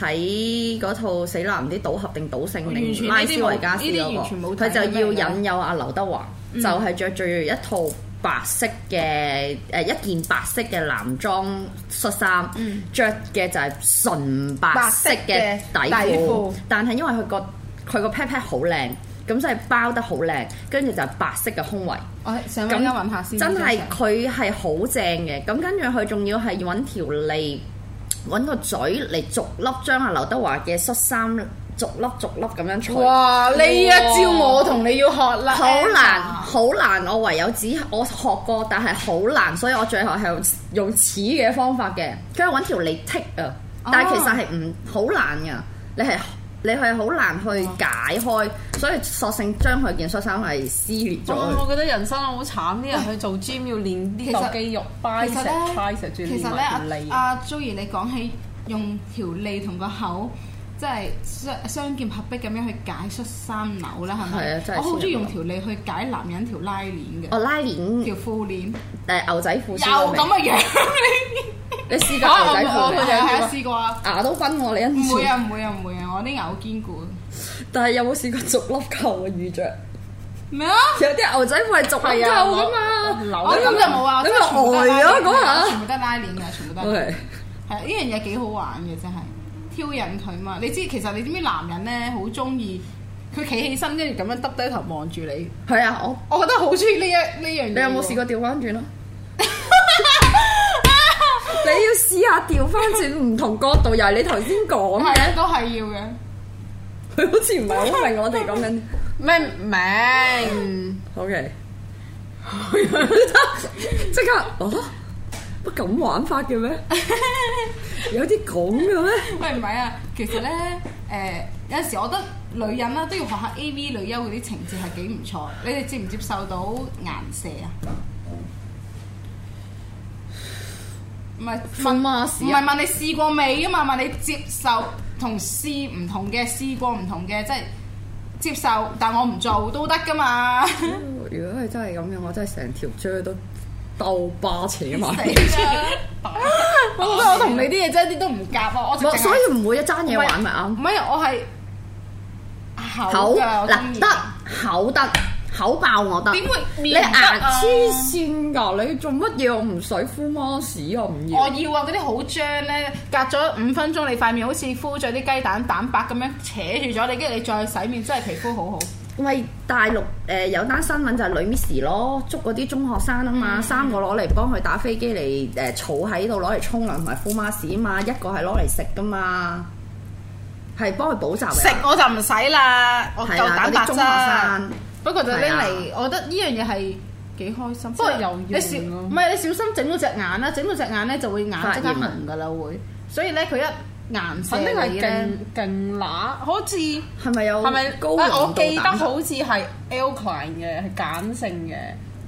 Speaker 6: 喺嗰套《死男》唔知賭俠定賭聖
Speaker 4: 完全呢啲冇
Speaker 6: 定拉斯維加斯
Speaker 4: 呢啲嗯完全
Speaker 6: 嗰
Speaker 4: 冇
Speaker 6: 個，
Speaker 4: 睇
Speaker 6: 佢就
Speaker 4: 咩
Speaker 6: 要
Speaker 4: 嚟㗎
Speaker 6: 引誘阿劉德華，就係着住一套白色嘅誒一件白色嘅男裝恤衫，
Speaker 4: 嗯
Speaker 6: 着嘅就係純白。白色嘅底
Speaker 4: 白色嘅底
Speaker 6: 褲
Speaker 4: 褲，
Speaker 6: 但係因為佢個佢個 pat pat 好靚，咁所以包得好靚，跟住就係白色嘅胸圍。
Speaker 4: 我想揾一揾下
Speaker 6: 咁
Speaker 4: 先。
Speaker 6: 真係佢係好正嘅，咁跟住佢仲要係揾條脷揾個嘴嚟逐粒將阿劉德華嘅恤衫逐粒逐粒咁樣除。
Speaker 4: 哇！啊呢一招我同你要學啦，
Speaker 6: 好
Speaker 4: Elsa
Speaker 6: 難，好難，我唯有只我學過，但係好難，所以我最後係用齒嘅方法嘅，跟住揾條脷剔啊，
Speaker 4: 哦
Speaker 6: 但係其實係唔好難㗎，你係你係好難去
Speaker 4: 哦
Speaker 6: 解開，所以索性將佢件恤衫係撕裂咗佢。
Speaker 5: 哦
Speaker 4: 哦
Speaker 5: 我覺得人生好慘，啲人去做 gym 要練呢嚿肌肉
Speaker 4: 其實
Speaker 5: bicep、
Speaker 4: 咧
Speaker 5: tricep，，
Speaker 4: 其
Speaker 5: 仲要練
Speaker 4: 實
Speaker 5: 埋條
Speaker 4: 咧，
Speaker 5: 脷。
Speaker 6: 啊
Speaker 4: 阿阿 Joey 你講起用條脷同個口。即係雙雙劍合璧咁樣去解出衫紐啦，係
Speaker 6: 係啊
Speaker 4: 咪？
Speaker 6: 真係
Speaker 4: 我好中意
Speaker 6: 試過
Speaker 4: 用條脷去解男人條拉鏈嘅，
Speaker 6: 我拉鏈
Speaker 4: 條褲鏈
Speaker 6: 誒牛仔褲
Speaker 4: 有
Speaker 6: 先有
Speaker 4: 咁
Speaker 6: 味
Speaker 4: 嘅樣，
Speaker 6: 你試
Speaker 4: 我
Speaker 6: 過牛仔褲
Speaker 4: 我
Speaker 6: 未
Speaker 4: 我係啊試過啊，
Speaker 6: 牙都分我你一
Speaker 4: 唔會
Speaker 6: 次，
Speaker 4: 啊唔會啊唔會啊，我啲牛堅固
Speaker 6: 但係有冇試過逐粒扣嘅遇着？
Speaker 4: 咩啊？
Speaker 6: 有啲牛仔褲係逐啊粒扣㗎嘛，
Speaker 4: 我咁就冇啊，
Speaker 6: 哦咁
Speaker 4: 真係全部都
Speaker 6: 就
Speaker 4: 係
Speaker 6: 呆
Speaker 4: 拉
Speaker 6: 咗
Speaker 4: 鍊
Speaker 6: 嗰下
Speaker 4: 全。部都係拉鏈嘅，全部都係
Speaker 6: O
Speaker 4: 拉鏈。
Speaker 6: K，
Speaker 4: 係啊呢樣嘢幾好玩嘅，真係挑引佢嘛！你知其實你知唔知男人咧好中意佢企起身跟住咁樣耷低頭望住你，
Speaker 6: 係啊，我
Speaker 4: 我覺得好中意呢一呢樣嘢。
Speaker 6: 你有冇試？過調翻轉啊？你要試下調翻轉唔同角度，又係你頭先 講
Speaker 4: 係啊
Speaker 6: 嘅，，
Speaker 4: 都係要嘅。
Speaker 6: 佢好似唔係好明我哋講緊。
Speaker 5: 咩名？
Speaker 6: O K，即刻啊！乜咁玩法 嘅咩？有啲咁嘅咩？
Speaker 4: 喂，唔係啊，其實咧，誒、有陣時我覺得女人啦都要學下 A.V. 女優嗰啲情節係幾唔錯。你哋接唔接受到顏射啊？唔係
Speaker 6: 分孖
Speaker 4: 唔
Speaker 6: 屎
Speaker 4: 係
Speaker 6: 啊！
Speaker 4: 問你試過未啊嘛？問你接受同試唔同嘅，試過唔同嘅，即係接受，但我唔做都得噶 嘛。
Speaker 6: 如果佢真係咁樣，我真係成條蕉都兜巴扯埋。
Speaker 4: 死啦！我覺得我同你啲嘢真係一啲都唔夾啊！我直情係
Speaker 6: 所以唔會一爭嘢玩咪
Speaker 4: 唔
Speaker 6: 啱。
Speaker 4: 係我係
Speaker 6: 口
Speaker 4: 口㗎，我中
Speaker 6: 嗱
Speaker 4: 意
Speaker 6: 得口得口爆我得。
Speaker 4: 點會
Speaker 6: 你
Speaker 4: 面得
Speaker 6: 牙
Speaker 4: 啊
Speaker 6: 黐線㗎！你做乜嘢？我唔使敷孖屎，我唔要
Speaker 4: 我。要啊！嗰啲好張咧，隔咗五分鐘，你塊面好似敷咗啲雞蛋蛋白咁樣扯住咗你，跟住你再洗面，真係皮膚好好。
Speaker 6: 喂，大陸誒、呃有單新聞就係女 miss 咯，捉嗰啲中學生啊
Speaker 5: 嗯
Speaker 6: 嘛，三個攞嚟幫佢打飛機嚟誒儲喺度攞嚟沖涼同埋敷 mask 啊嘛，一個係攞嚟食噶嘛，係幫佢補習
Speaker 4: 食
Speaker 6: 嘅
Speaker 4: 我就唔使啦，我
Speaker 6: 係
Speaker 4: 夠
Speaker 6: 啦
Speaker 4: 蛋
Speaker 6: 嗰
Speaker 4: 白
Speaker 6: 啲中學
Speaker 4: 啫。
Speaker 6: 生。
Speaker 4: 不過就拎
Speaker 6: 係
Speaker 4: 嚟，我覺得呢樣嘢啊係幾開心。不過
Speaker 5: 係有
Speaker 4: 你小
Speaker 5: 用咯
Speaker 4: 唔係你小心整到隻眼啦，整到隻眼咧就會眼即刻
Speaker 6: 發炎啊
Speaker 4: 紅㗎啦會。所以咧佢一顏射
Speaker 5: 肯定係
Speaker 4: 你咧
Speaker 5: 勁，勁乸，好似係
Speaker 6: 係咪有
Speaker 5: 咪？
Speaker 6: 高濃
Speaker 5: 啊我
Speaker 6: 度
Speaker 5: 記得
Speaker 6: 蛋白
Speaker 5: 好似係 alkaline 嘅，係鹼性嘅。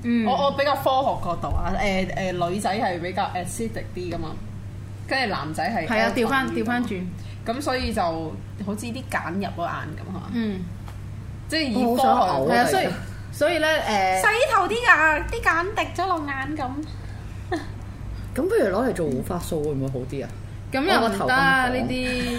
Speaker 4: 嗯
Speaker 5: 我我比較科學角度啊，誒、誒、女仔係比較 acidic 啲噶嘛，跟住男仔係
Speaker 4: 係啊，
Speaker 5: alkaline
Speaker 4: 調翻
Speaker 5: 㗎嘛
Speaker 4: 調翻，轉，
Speaker 5: 咁所所以就好似啲鹼入個眼咁係嘛，
Speaker 4: 嗯，
Speaker 5: 即係以
Speaker 6: 我
Speaker 5: 科
Speaker 6: 好
Speaker 5: 學
Speaker 6: 想嘔
Speaker 4: 係啊，
Speaker 6: 嚟
Speaker 4: 所以
Speaker 6: 㗎
Speaker 4: 所以咧誒，
Speaker 5: 頭啲眼啲鹼滴咗落眼咁，
Speaker 6: 咁不如攞嚟做護髮素會唔會好啲啊？
Speaker 4: 咁
Speaker 6: 我
Speaker 4: 又
Speaker 6: 個
Speaker 4: 唔
Speaker 6: 頭
Speaker 4: 得呢
Speaker 6: 咁火
Speaker 4: 啲。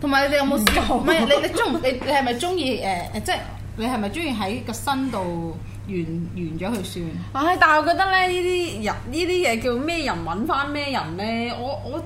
Speaker 4: 同埋你哋有冇試過？唔係你你中唔你你係咪中意誒誒？即係你係咪中意喺個身度完完咗佢算？
Speaker 5: 唉！但係我覺得咧，呢啲人呢啲嘢叫咩人揾翻咩人咧？我我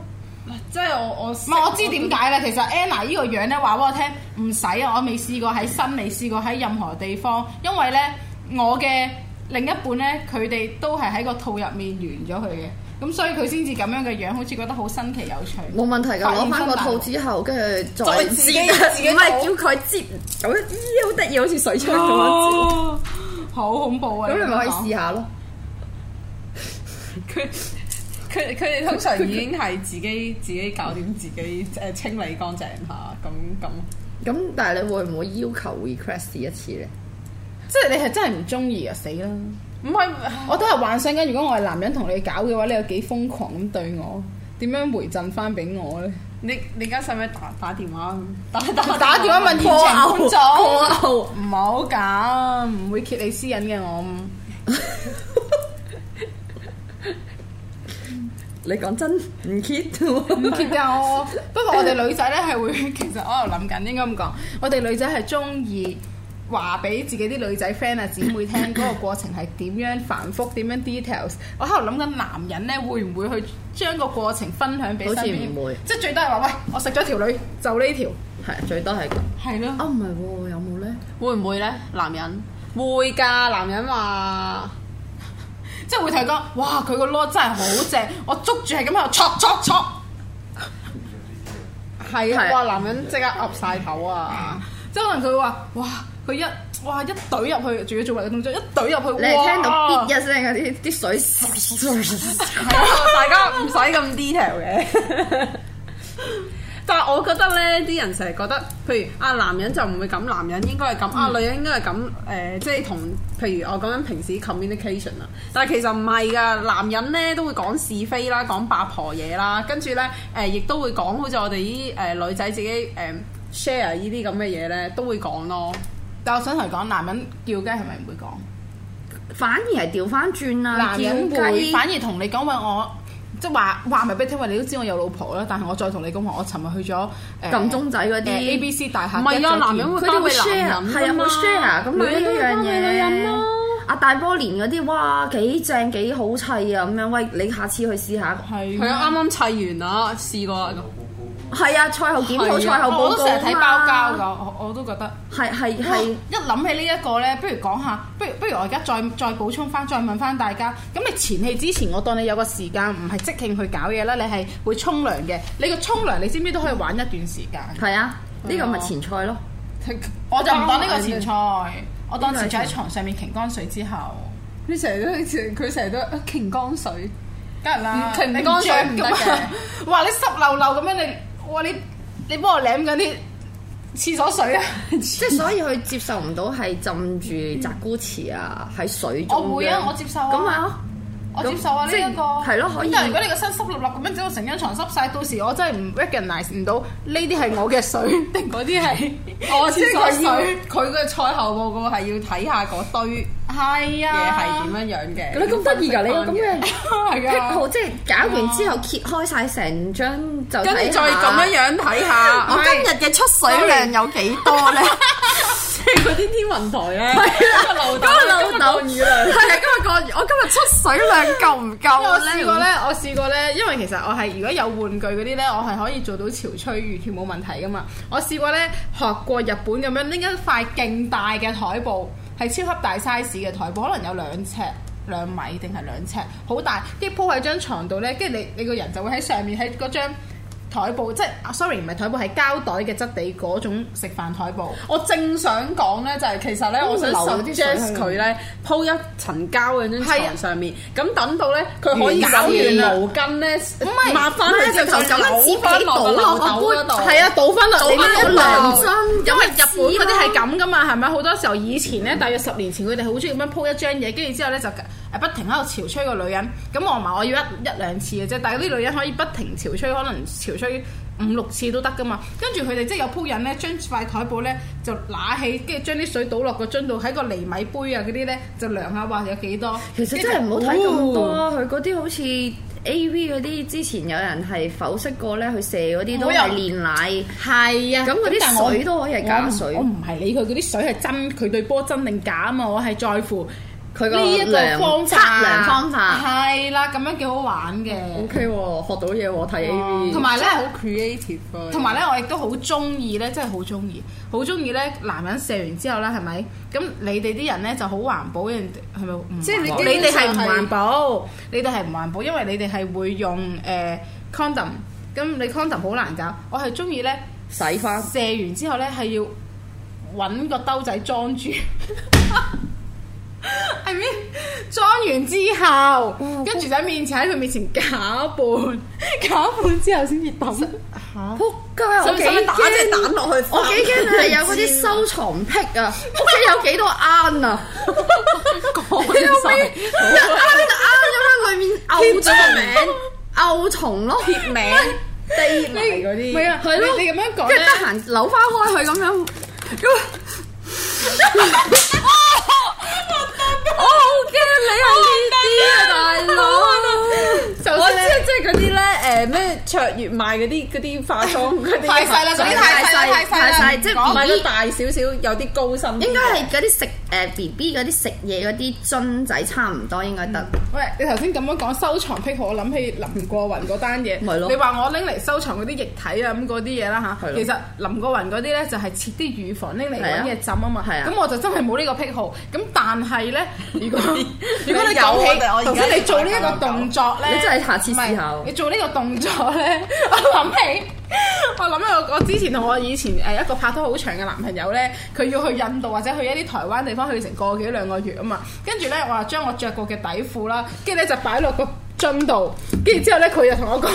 Speaker 5: 即係我我唔
Speaker 4: 唔係我知點解啦，其實 Anna 呢個樣咧話俾我聽，唔使啊，我未試過喺新，未試過喺任何地方，因為咧我嘅另一半咧，佢哋都係喺個套入面完咗佢嘅，咁所以佢先至咁樣嘅樣，好似覺得好新奇有趣。
Speaker 6: 冇問題㗎，
Speaker 4: 發現
Speaker 6: 攞翻
Speaker 4: 分
Speaker 6: 個套
Speaker 4: 大
Speaker 6: 之後，跟
Speaker 5: 再
Speaker 6: 住再
Speaker 5: 自己
Speaker 6: 接
Speaker 5: 自己
Speaker 6: 唔係
Speaker 5: 倒
Speaker 6: 叫佢接咁樣，咦好得意，好似水槍咁樣
Speaker 5: 哦
Speaker 6: 接。
Speaker 4: 好恐怖啊！
Speaker 6: 咁你咪可
Speaker 4: 咁
Speaker 6: 以
Speaker 4: 講
Speaker 6: 試下咯。
Speaker 5: 佢佢佢哋通常已經係自己自己搞掂自己誒清理乾淨下咁咁。
Speaker 6: 咁但係你會唔會要求 request 一次咧？
Speaker 4: 即係你係真係唔中意啊！死啦！
Speaker 5: 唔係，
Speaker 4: 我都係幻想緊，如果我係男人同你搞嘅話，你有幾瘋狂咁對我？點樣回贈翻俾我咧？
Speaker 5: 你你而家使唔使打打電話？打打
Speaker 4: 打電話問現啊情觀眾。
Speaker 6: 哦，
Speaker 4: 唔好咁，唔會揭你私隱嘅我。
Speaker 6: 你講真唔 kid
Speaker 4: 唔 揭㗎我。不過我哋女仔咧係會， 其實我喺度諗緊，應該咁講，我哋女仔係中意話俾自己啲女仔 friend 啊姊妹聽嗰個過程係點樣繁複，點樣 details。我喺度諗緊男人咧會唔會去將個過程分享俾身
Speaker 6: 好似
Speaker 4: 邊？
Speaker 6: 唔會
Speaker 4: 即係最多係話喂，我食咗條女就呢條，
Speaker 6: 係最多係咁。
Speaker 4: 係咯。
Speaker 6: 啊，唔係喎，有冇咧？
Speaker 5: 會唔會咧？男人會㗎，男人話
Speaker 4: 即係會同佢講，哇！佢個 l 真係好正，我捉住係咁喺度戳戳戳。
Speaker 5: 係啊！
Speaker 6: 係
Speaker 5: 哇，男人即刻岌晒頭啊！
Speaker 4: 即係可能佢話，哇！佢一哇一懟入去，仲要做埋個動作，一懟入去，
Speaker 6: 你係聽到
Speaker 4: 哇
Speaker 6: 咇一聲嗰啲啲水，
Speaker 5: 大家唔使咁 detail 嘅。但係我覺得咧，啲人成日覺得，譬如啊，男人就唔會咁，男人應該係咁，
Speaker 4: 嗯
Speaker 5: 啊，女人應該係咁，誒、即係同譬如我講緊平時 communication 啊，但係其實唔係㗎，男人咧都會講是非啦，講八婆嘢啦，跟住咧誒，亦都會講好似我哋啲誒女仔自己誒、share 呢啲咁嘅嘢咧，都會講咯。
Speaker 4: 但我想同你講，男人叫雞係咪唔會講？
Speaker 6: 反而係調翻轉啦，
Speaker 4: 男人
Speaker 6: 叫雞
Speaker 4: 會反而同你講話我。即係話話埋俾你聽，話你都知我有老婆啦，但係我再同你講話，我尋日去咗誒
Speaker 6: 撳鐘仔嗰啲
Speaker 4: A B C 大廈，
Speaker 5: 唔係啊，男人會
Speaker 6: 佢
Speaker 5: 包
Speaker 6: 哋會
Speaker 5: 俾
Speaker 6: share，
Speaker 5: 男人㗎嘛
Speaker 6: 係啊，會 share 咁樣
Speaker 5: 女人都
Speaker 6: 呢
Speaker 5: 會
Speaker 6: 樣
Speaker 5: 包俾女人
Speaker 6: 嘢
Speaker 5: 咯。。
Speaker 6: 啊大波連嗰啲，哇幾正幾好砌啊咁樣，喂你下次去試下。
Speaker 4: 係
Speaker 5: 係啊，啱啱砌完啦，試過啦。
Speaker 6: 係啊，賽後檢討、
Speaker 5: 係
Speaker 6: 賽
Speaker 5: 啊
Speaker 6: 後報告
Speaker 4: 我都成日睇包膠㗎，
Speaker 6: 㗎。
Speaker 4: 我我都覺得。
Speaker 6: 係係
Speaker 4: 哇
Speaker 6: 係。
Speaker 4: 一諗起呢一個呢，不如講下，不如不如我而家再再補充翻，再問翻大家。咁你前戲之前，我當你有個時間，唔係即興去搞嘢啦，你係會沖涼嘅。你個沖涼，你知唔知都可以玩一段時間？
Speaker 6: 係啊，呢個咪前菜咯。
Speaker 4: 我就唔講呢個前菜，我當前菜喺床上面擎乾水之後，
Speaker 5: 你成日都佢成日都啊瓊江水，
Speaker 4: 梗係啦，
Speaker 5: 嗯
Speaker 4: 你
Speaker 5: 擎乾水
Speaker 4: 唔
Speaker 5: 唔
Speaker 4: 著
Speaker 5: 得
Speaker 4: 㗎嘛
Speaker 5: 嘅。
Speaker 4: 哇！你濕溜溜咁樣，你哇你你幫我舐緊啲廁所水啊！
Speaker 6: 即係所以佢接受唔到係浸住擲菇池啊，喺水中。
Speaker 4: 我會啊，我接受啊。
Speaker 6: 咁咪咯，
Speaker 4: 我接受啊呢
Speaker 6: 咁即係
Speaker 4: 一個
Speaker 6: 係咯可以
Speaker 4: 但係如果你個身濕立立咁樣，整到成張床濕晒，到時我真係唔 recognise 唔到呢啲係我嘅 水，定嗰 啲係
Speaker 5: 我知
Speaker 4: 廁
Speaker 5: 佢
Speaker 4: 所
Speaker 5: 要
Speaker 4: 水。
Speaker 5: 佢嘅賽後報告係要睇下嗰堆
Speaker 4: 係
Speaker 5: 嘢
Speaker 4: 啊，
Speaker 5: 係點樣樣嘅。
Speaker 6: 你咁得意㗎你有咁 嘅
Speaker 5: 係
Speaker 6: 癖好
Speaker 5: 啊，
Speaker 6: 即係搞完之後揭開晒成張就
Speaker 5: 跟
Speaker 6: 睇
Speaker 5: 住
Speaker 6: 下
Speaker 5: 再咁樣樣睇下， 我今日
Speaker 6: 嘅出水量有幾多咧？
Speaker 5: 即係嗰啲天文台 咧，個漏斗，
Speaker 6: 漏斗
Speaker 5: 今日個 雨量。
Speaker 6: 係啊，今日個我今日出水量夠唔
Speaker 4: 因為我試過
Speaker 6: 咧？
Speaker 4: 咧，我試過咧，因為其實我係如果有玩具嗰啲咧，我係可以做到潮吹完全冇問題噶嘛。我試過咧學過日本咁樣拎一塊勁大嘅台布，係超級大 size 嘅台布，可能有兩尺。兩米定係兩尺，好大，跟住鋪喺張床度咧，跟住你你個人就會喺上面喺嗰張台布，即係啊 sorry 唔係台布，係膠袋嘅質地嗰種食飯台布。
Speaker 5: 我正想講咧，就係其實咧，我想
Speaker 6: 流咗啲水
Speaker 5: suggest 佢咧鋪一層膠喺張
Speaker 4: 係啊
Speaker 5: 床上面，咁等到咧佢可以搞完毛巾咧
Speaker 4: 係，
Speaker 5: 抹翻佢之後
Speaker 6: 就咁樣
Speaker 5: 扭翻落個漏斗嗰度。
Speaker 4: 係啊，倒翻落
Speaker 5: 倒返
Speaker 4: 嚟呢
Speaker 5: 落
Speaker 4: 一
Speaker 6: 嚟真
Speaker 4: 因為日本嗰啲係咁噶嘛，係咪？好多時候以前咧，大約十年前佢哋好中意咁樣鋪一張嘢，跟住之後咧就誒不停喺度潮吹個女人。咁我話我要一一兩次嘅啫，但係啲女人可以不停潮吹，可能潮吹五六次都得噶嘛。跟住佢哋即係有鋪人咧，將塊台布咧就揦起，跟住將啲水倒落個樽度，喺個厘米杯啊嗰啲咧就量下話有幾多。
Speaker 6: 其實真係唔好睇
Speaker 4: 哦
Speaker 6: 咁多，啊佢嗰啲好似 A V 嗰啲，之前有人係剖析過咧，佢射嗰啲都
Speaker 4: 冇
Speaker 6: 係
Speaker 4: 人
Speaker 6: 煉奶。
Speaker 4: 係啊，
Speaker 6: 咁嗰啲
Speaker 4: 但我
Speaker 6: 水都可以係假
Speaker 4: 我唔
Speaker 6: 水
Speaker 4: 我唔係理佢嗰啲水係真，佢對波真定假啊嘛，我係在乎
Speaker 6: 佢個
Speaker 4: 呢一個
Speaker 6: 量
Speaker 4: 方法
Speaker 6: 測量方法
Speaker 4: 係啦，咁樣幾好玩嘅。
Speaker 5: K 喎，學到嘢喎，睇 A
Speaker 4: 同埋咧，
Speaker 5: creative 啊
Speaker 4: 同埋咧，我亦都好中意咧，真係好中意，好中意咧，男人射完之後咧，係咪？咁你哋啲人咧就好環保，人哋係咪唔環保？
Speaker 5: 即係你基
Speaker 4: 你哋
Speaker 5: 本上
Speaker 4: 係
Speaker 5: 係
Speaker 4: 唔環保，你哋係唔環保，因為你哋係會用誒、呃 condom，咁你 condom 好難搞。我係中意咧。
Speaker 6: 洗翻
Speaker 4: 射完之後咧係要揾個兜仔裝住。I mean，裝完之後，跟住就喺面前喺佢面前假半，假半之後先至抌。
Speaker 6: 撲街！我幾
Speaker 5: 使唔使打隻蛋
Speaker 6: 驚，
Speaker 5: 落去？
Speaker 6: 我幾驚係有嗰啲收藏癖啊！屋企有幾多罌啊？
Speaker 5: 講
Speaker 6: 你後尾一罌就罌咁樣，裏面漚咗個名，漚蟲咯，貼名地埋嗰
Speaker 4: 唔
Speaker 6: 啲，
Speaker 4: 係啊，
Speaker 6: 係咯，
Speaker 4: 你你咁樣講
Speaker 6: 跟
Speaker 4: 咧
Speaker 6: 住，得閒扭翻開佢咁樣，咁。
Speaker 4: 啊
Speaker 6: 我好驚你係呢啲啊，大佬！
Speaker 4: 就
Speaker 5: 我
Speaker 4: 算
Speaker 5: 知
Speaker 4: 咧
Speaker 5: 即係嗰啲咧誒咩卓越賣嗰啲嗰啲化妝 嗰啲
Speaker 4: 太細啦，嗰啲太細啦，太細啦，
Speaker 6: 太細即係
Speaker 4: 唔講
Speaker 5: 唔係
Speaker 6: 咦
Speaker 5: 佢大少少，有啲高身啲。
Speaker 6: 應該係嗰啲食誒 B B 嗰啲食嘢嗰啲樽仔差唔多應該得，
Speaker 5: 嗯
Speaker 4: 喂，你頭先咁樣講收藏癖好，我諗起林過雲嗰單嘢。
Speaker 6: 咪咯
Speaker 4: 你話我拎嚟收藏嗰啲液體啊，咁嗰啲嘢啦吓，
Speaker 6: 係咯
Speaker 4: 其實林過雲嗰啲咧就係設啲乳房拎嚟揾嘢浸啊嘛。
Speaker 6: 係啊
Speaker 4: 咁我就真係冇呢個癖好。咁但係咧，如果如果你
Speaker 5: 有
Speaker 4: 講
Speaker 5: 我
Speaker 4: 起
Speaker 5: 哋我而家
Speaker 4: 頭先你做呢一個動作咧，
Speaker 6: 你真係下次試下喎
Speaker 4: 唔係你做呢 個動作咧，我諗起。我諗起我我之前同我以前誒一個拍拖好長嘅男朋友咧，佢要去印度或者去一啲台灣地方去成個幾兩個月啊嘛，跟住咧我話將我着過嘅底褲啦，跟住咧就擺落個樽度，跟住之後咧佢就同我講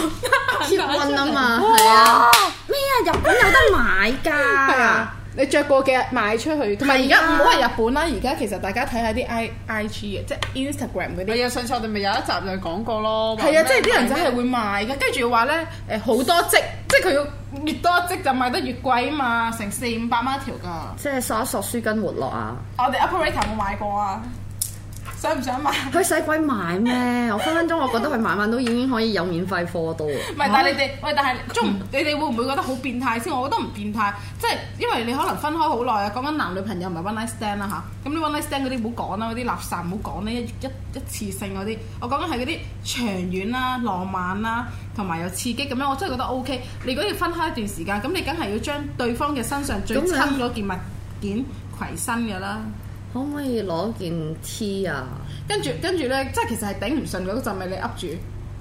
Speaker 6: 貼溫啊嘛，係係啊，咩啊？日本有得買
Speaker 4: 係
Speaker 6: 㗎
Speaker 4: 啊。，你着過嘅賣出去，同埋而
Speaker 6: 係
Speaker 4: 家唔
Speaker 6: 啊
Speaker 4: 好話日本啦，而家其實大家睇下啲 I I G 嘅，即係 Instagram 嗰啲
Speaker 5: 係。啊，上次我哋咪有一集就講過咯。
Speaker 4: 係啊，
Speaker 5: 話咩
Speaker 4: 即係啲人仔係會賣嘅，跟住話咧誒好多積，即係佢要越多積就賣得越貴啊嘛，成四五百蚊一條㗎。
Speaker 6: 即係索一索舒筋活絡啊！
Speaker 4: 我哋 operator 有冇買過啊？想唔想買？唔
Speaker 6: 佢使鬼買咩？我分分鐘我覺得佢買晚都已經可以有免費貨到啊！
Speaker 4: 係，但係你哋喂，但係中你哋會唔會覺得好變態先？我覺得唔變態，即係因為你可能分開好耐啊，講緊男女朋友唔係 one night stand 啦吓，咁你 one night stand 嗰啲唔好講啦，嗰啲垃圾唔好講啦，一一一次性嗰啲，我講緊係嗰啲長遠啦、浪漫啦，同埋有刺激咁樣，我真係覺得 O K。你如果要分開一段時間，咁你梗係要將對方嘅身上最
Speaker 6: 咁
Speaker 4: 親
Speaker 6: 你
Speaker 4: 嗰件物件攜身㗎啦。
Speaker 6: 可唔可以攞件 T 啊？
Speaker 4: 跟住跟住咧，即係其實係頂唔順嗰陣咪你噏住，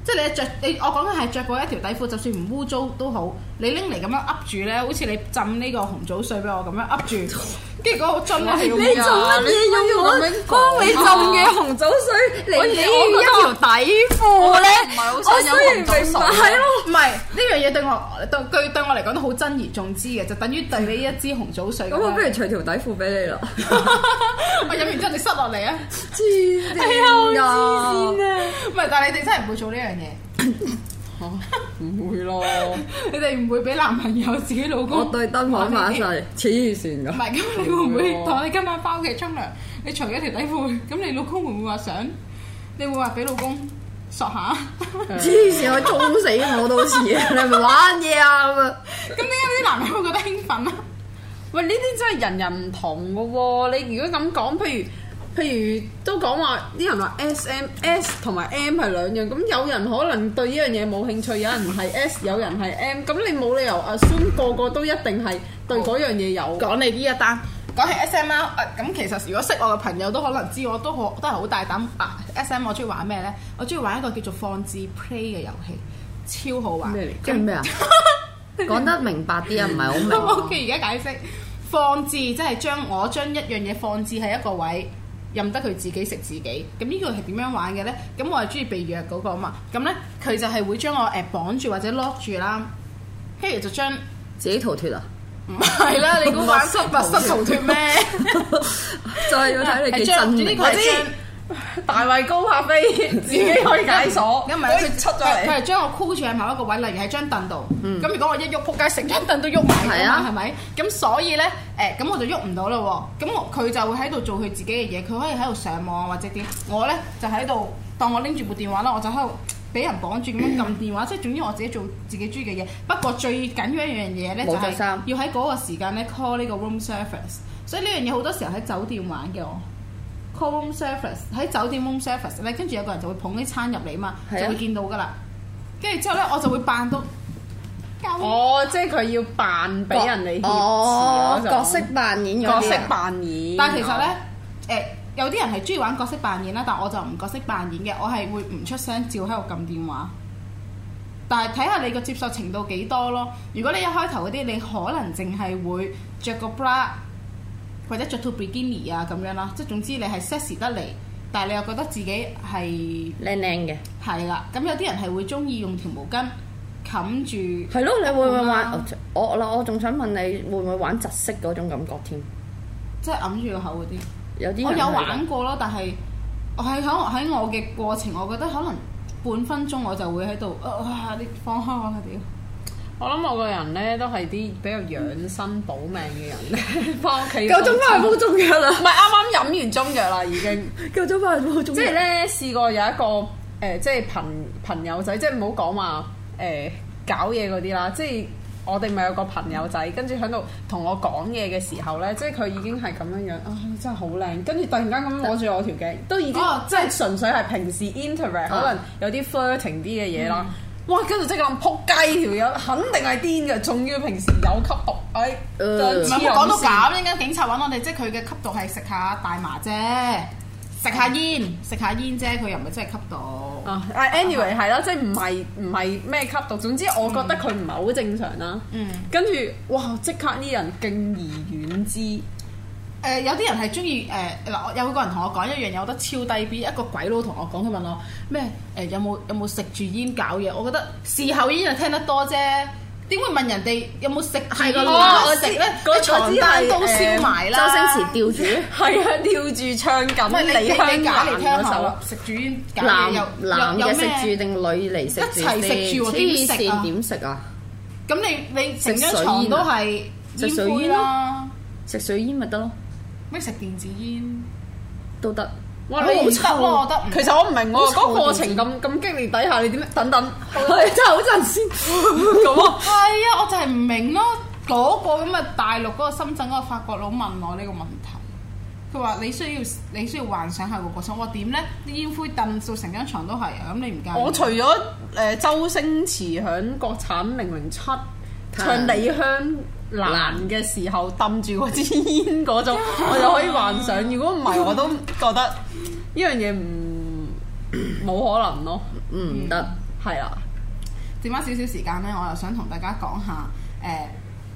Speaker 4: 即係你一着你我講緊係着過一條底褲，就算唔污糟都好，你拎嚟咁樣噏住咧，好似你浸呢個紅棗水俾我咁樣噏 住，跟住嗰個樽咧係
Speaker 5: 你
Speaker 6: 啊
Speaker 5: 做乜嘢用我幫你浸嘅
Speaker 6: 紅棗水
Speaker 5: 嚟澆一條
Speaker 6: 底褲咧？
Speaker 5: 我雖然明白係
Speaker 6: 咯，
Speaker 4: 唔係呢樣嘢對我對對對我嚟講都好珍而重之嘅，就等於對你一支紅棗
Speaker 6: 啊
Speaker 4: 水樣。
Speaker 6: 除條底褲俾你啦。
Speaker 4: 我飲完之後你塞落嚟啊！
Speaker 6: 黐線啊！
Speaker 4: 唔係，但係你哋真係唔會做呢樣嘢，
Speaker 5: 唔會咯。
Speaker 4: 你哋唔會俾男朋友自己老公。
Speaker 6: 我對燈玩馬
Speaker 4: 晒。
Speaker 6: 曬，黐線
Speaker 4: 唔
Speaker 6: 㗎。
Speaker 4: 係，咁你會唔會當你今晚翻屋企沖涼，你除咗條底褲，咁你老公會唔會話想？你會話俾老公索下？
Speaker 6: 黐線，佢衝死我都似，你係咪玩嘢啊咁啊！
Speaker 4: 咁點解啲男人會覺得興奮啊？
Speaker 5: 喂，呢啲真係人人唔同嘅喎。你如果咁講，譬如譬如都講話啲人話 S M S 同埋 M 係兩樣，咁有人可能對呢樣嘢冇興趣，有人係 S，有人係 M，咁你冇理由 assume 個個都一定係對嗰樣嘢有。
Speaker 4: 講你呢一單，講起 S M 啦，誒咁其實如果識我嘅朋友都可能知我都好都係好大膽啊！S M 我中意玩咩咧？我中意玩一個叫做放置 play 嘅遊戲，超好玩。
Speaker 5: 咩嚟？
Speaker 6: 即係咩 啊？講得明白啲啊，唔係好明。
Speaker 4: O K，而家解釋放置即係將我將一樣嘢放置喺一個位，任得佢自己食自己。咁呢個係點樣玩嘅呢？咁我係中意被虐嗰個啊嘛。咁呢，佢就係會將我誒綁住或者 lock 住啦，跟住就將
Speaker 6: 自己逃脱啊？
Speaker 4: 唔係啦，你估玩
Speaker 6: 密室
Speaker 4: 密室逃脱咩？
Speaker 6: 就係要睇你幾真
Speaker 4: 呢個係將。
Speaker 5: 大衛高柏飛自己可以解鎖，
Speaker 4: 因為
Speaker 5: 可以
Speaker 4: 佢
Speaker 5: 出咗
Speaker 4: 佢佢
Speaker 5: 嚟。
Speaker 4: 係將我箍住喺某一個位，例如喺張凳度。咁、如果我一喐，仆街成張凳都喐埋
Speaker 6: 係
Speaker 4: 㗎
Speaker 6: 啊
Speaker 4: 嘛，係咪？咁所以咧，誒、咁我就喐唔到啦喎。咁我佢就會喺度做佢自己嘅嘢，佢可以喺度上網或者點。我咧就喺度當我拎住部電話啦，我就喺度俾人綁住咁樣撳電話，即係總之我自己做自己中意嘅嘢。不過最緊要一樣嘢咧，就
Speaker 6: 冇着
Speaker 4: 係
Speaker 6: 衫
Speaker 4: 要喺嗰個時間咧 call 呢個 room service。所以呢樣嘢好多時候喺酒店玩嘅我。call room service 喺酒店 room service 咧，跟住有個人就會捧啲餐入嚟嘛，
Speaker 6: 係啊
Speaker 4: 就會見到噶啦。跟住之後咧，我就會扮到交
Speaker 5: 哦，即係佢要扮俾人哋挾持
Speaker 6: 哦
Speaker 5: 嗰，種
Speaker 6: 角色扮演嗰
Speaker 5: 角
Speaker 6: 啲
Speaker 5: 色哦
Speaker 6: 啊
Speaker 5: 扮演。
Speaker 4: 但係其實咧，誒、有啲人係中意玩角色扮演啦，但我就唔角色扮演嘅，我係會唔出聲，照喺度撳電話。但係睇下你個接受程度幾多咯。如果你一開頭嗰啲，你可能淨係會着個 bra 或者着套 bikini 啊咁樣啦，即係總之你係 sexy 得嚟，但係你又覺得自己係
Speaker 6: 靚靚嘅。
Speaker 4: 係啦。咁有啲人係會中意用條毛巾冚住。
Speaker 6: 係咯，你會唔會
Speaker 4: 一半
Speaker 6: 玩
Speaker 4: 啦？
Speaker 6: 我我我仲想問你會唔會玩窒息嗰種感覺添？
Speaker 4: 即係揞住個口嗰啲。
Speaker 6: 有啲人
Speaker 4: 我有
Speaker 6: 係
Speaker 4: 玩過咯，但係我喺喺我喺我嘅過程，我覺得可能半分鐘我就會喺度，啊哇！你放開我啦屌！
Speaker 5: 我諗我個人咧都係啲比較養生保命嘅 人，翻屋企
Speaker 6: 夠鐘翻去煲中藥啦，
Speaker 5: 唔係啱啱飲完中藥啦，已經。
Speaker 6: 夠鐘翻去煲中
Speaker 5: 即
Speaker 6: 藥。
Speaker 5: 係咧試過有一個誒、呃即係朋朋友仔，即係唔好講話誒搞嘢嗰啲啦，即係我哋咪有個朋友仔，跟住喺度同我講嘢嘅時候咧，即係佢已經係咁樣樣啊，真係好靚，跟住突然間咁攞住我條頸，都已經、
Speaker 4: 哦
Speaker 5: 即係純粹係平時 interact、
Speaker 6: 啊
Speaker 5: 可能有啲 flirting 啲嘅嘢啦。哇！跟住即刻諗撲街條友，肯定係癲嘅，仲要平時有吸毒，哎，
Speaker 6: 呃
Speaker 5: 真
Speaker 4: 唔
Speaker 5: 係
Speaker 4: 係
Speaker 5: 黐
Speaker 4: 講到
Speaker 5: 撚線
Speaker 4: 咁，一陣間警察揾我哋，即係佢嘅吸毒係食下大麻啫，食下煙，食下煙啫，佢又唔係真係吸毒。
Speaker 5: 啊但係，anyway 係啦，即係唔係唔係咩吸毒，總之我覺得佢唔係好正常啦。
Speaker 4: 嗯，
Speaker 5: 跟住哇，即刻啲人敬而遠之，
Speaker 4: 誒、呃有啲人係中意誒嗱，我有個人同我講一樣嘢，我覺得超低 B。一個鬼佬同我呃講，佢問我咩誒、有冇有冇食住煙搞嘢？我覺得事後煙就聽得多啫，點會問人哋有冇食住
Speaker 6: 係個
Speaker 4: 啲
Speaker 5: 我
Speaker 4: 嘢
Speaker 5: 知
Speaker 4: 食咧？
Speaker 5: 嗰
Speaker 4: 你床單都
Speaker 5: 我知係
Speaker 4: 燒埋
Speaker 6: 周
Speaker 4: 啦。
Speaker 6: 星馳吊主。
Speaker 5: 係啊，吊住唱
Speaker 4: 唔係
Speaker 5: 緊
Speaker 4: 你你
Speaker 5: 李香
Speaker 4: 你假
Speaker 5: 蘭
Speaker 4: 嚟聽下
Speaker 5: 嗰首
Speaker 4: 啦，。食住煙假嘢
Speaker 6: 男
Speaker 4: 又
Speaker 6: 男
Speaker 4: 又
Speaker 6: 嘅
Speaker 4: 有
Speaker 6: 食住
Speaker 4: 咩？
Speaker 6: 定女嚟食住
Speaker 4: 一齊食住喎點食啊
Speaker 6: 線點食啊？
Speaker 4: 咁你你成張
Speaker 6: 食水
Speaker 4: 床
Speaker 6: 煙
Speaker 4: 都
Speaker 6: 啊
Speaker 4: 係
Speaker 6: 食
Speaker 4: 煙
Speaker 6: 水
Speaker 4: 灰
Speaker 6: 煙咯
Speaker 4: 啦，
Speaker 6: 食水煙咪得咯，
Speaker 4: 咩食電子煙？
Speaker 6: 都得。
Speaker 5: 哇
Speaker 4: 我唔得
Speaker 5: 臭
Speaker 4: 咯我覺得唔
Speaker 5: 其實我唔明喎，
Speaker 6: 好臭
Speaker 5: 嗰個過
Speaker 6: 電
Speaker 5: 程
Speaker 6: 子
Speaker 5: 咁咁激烈底下，你點等等？
Speaker 6: 係真係好陣先。
Speaker 5: 咁啊，
Speaker 4: 係啊，我就係唔明咯。嗰個咁嘅大陸嗰個深圳嗰個法國佬問我呢個問題，佢話你需要你需要幻想下個過程。我話點咧？啲煙灰燉到成張床都係啊，咁你唔介意？
Speaker 5: 我除咗誒周星馳響國產零零七唱李香蘭嘅時候抌住嗰支煙嗰種，我就可以幻想。如果唔係，我都覺得呢樣嘢唔冇可能咯。
Speaker 6: 嗯，唔得。
Speaker 5: 係啊啦，
Speaker 4: 剩翻少少時間呢，我又想同大家講下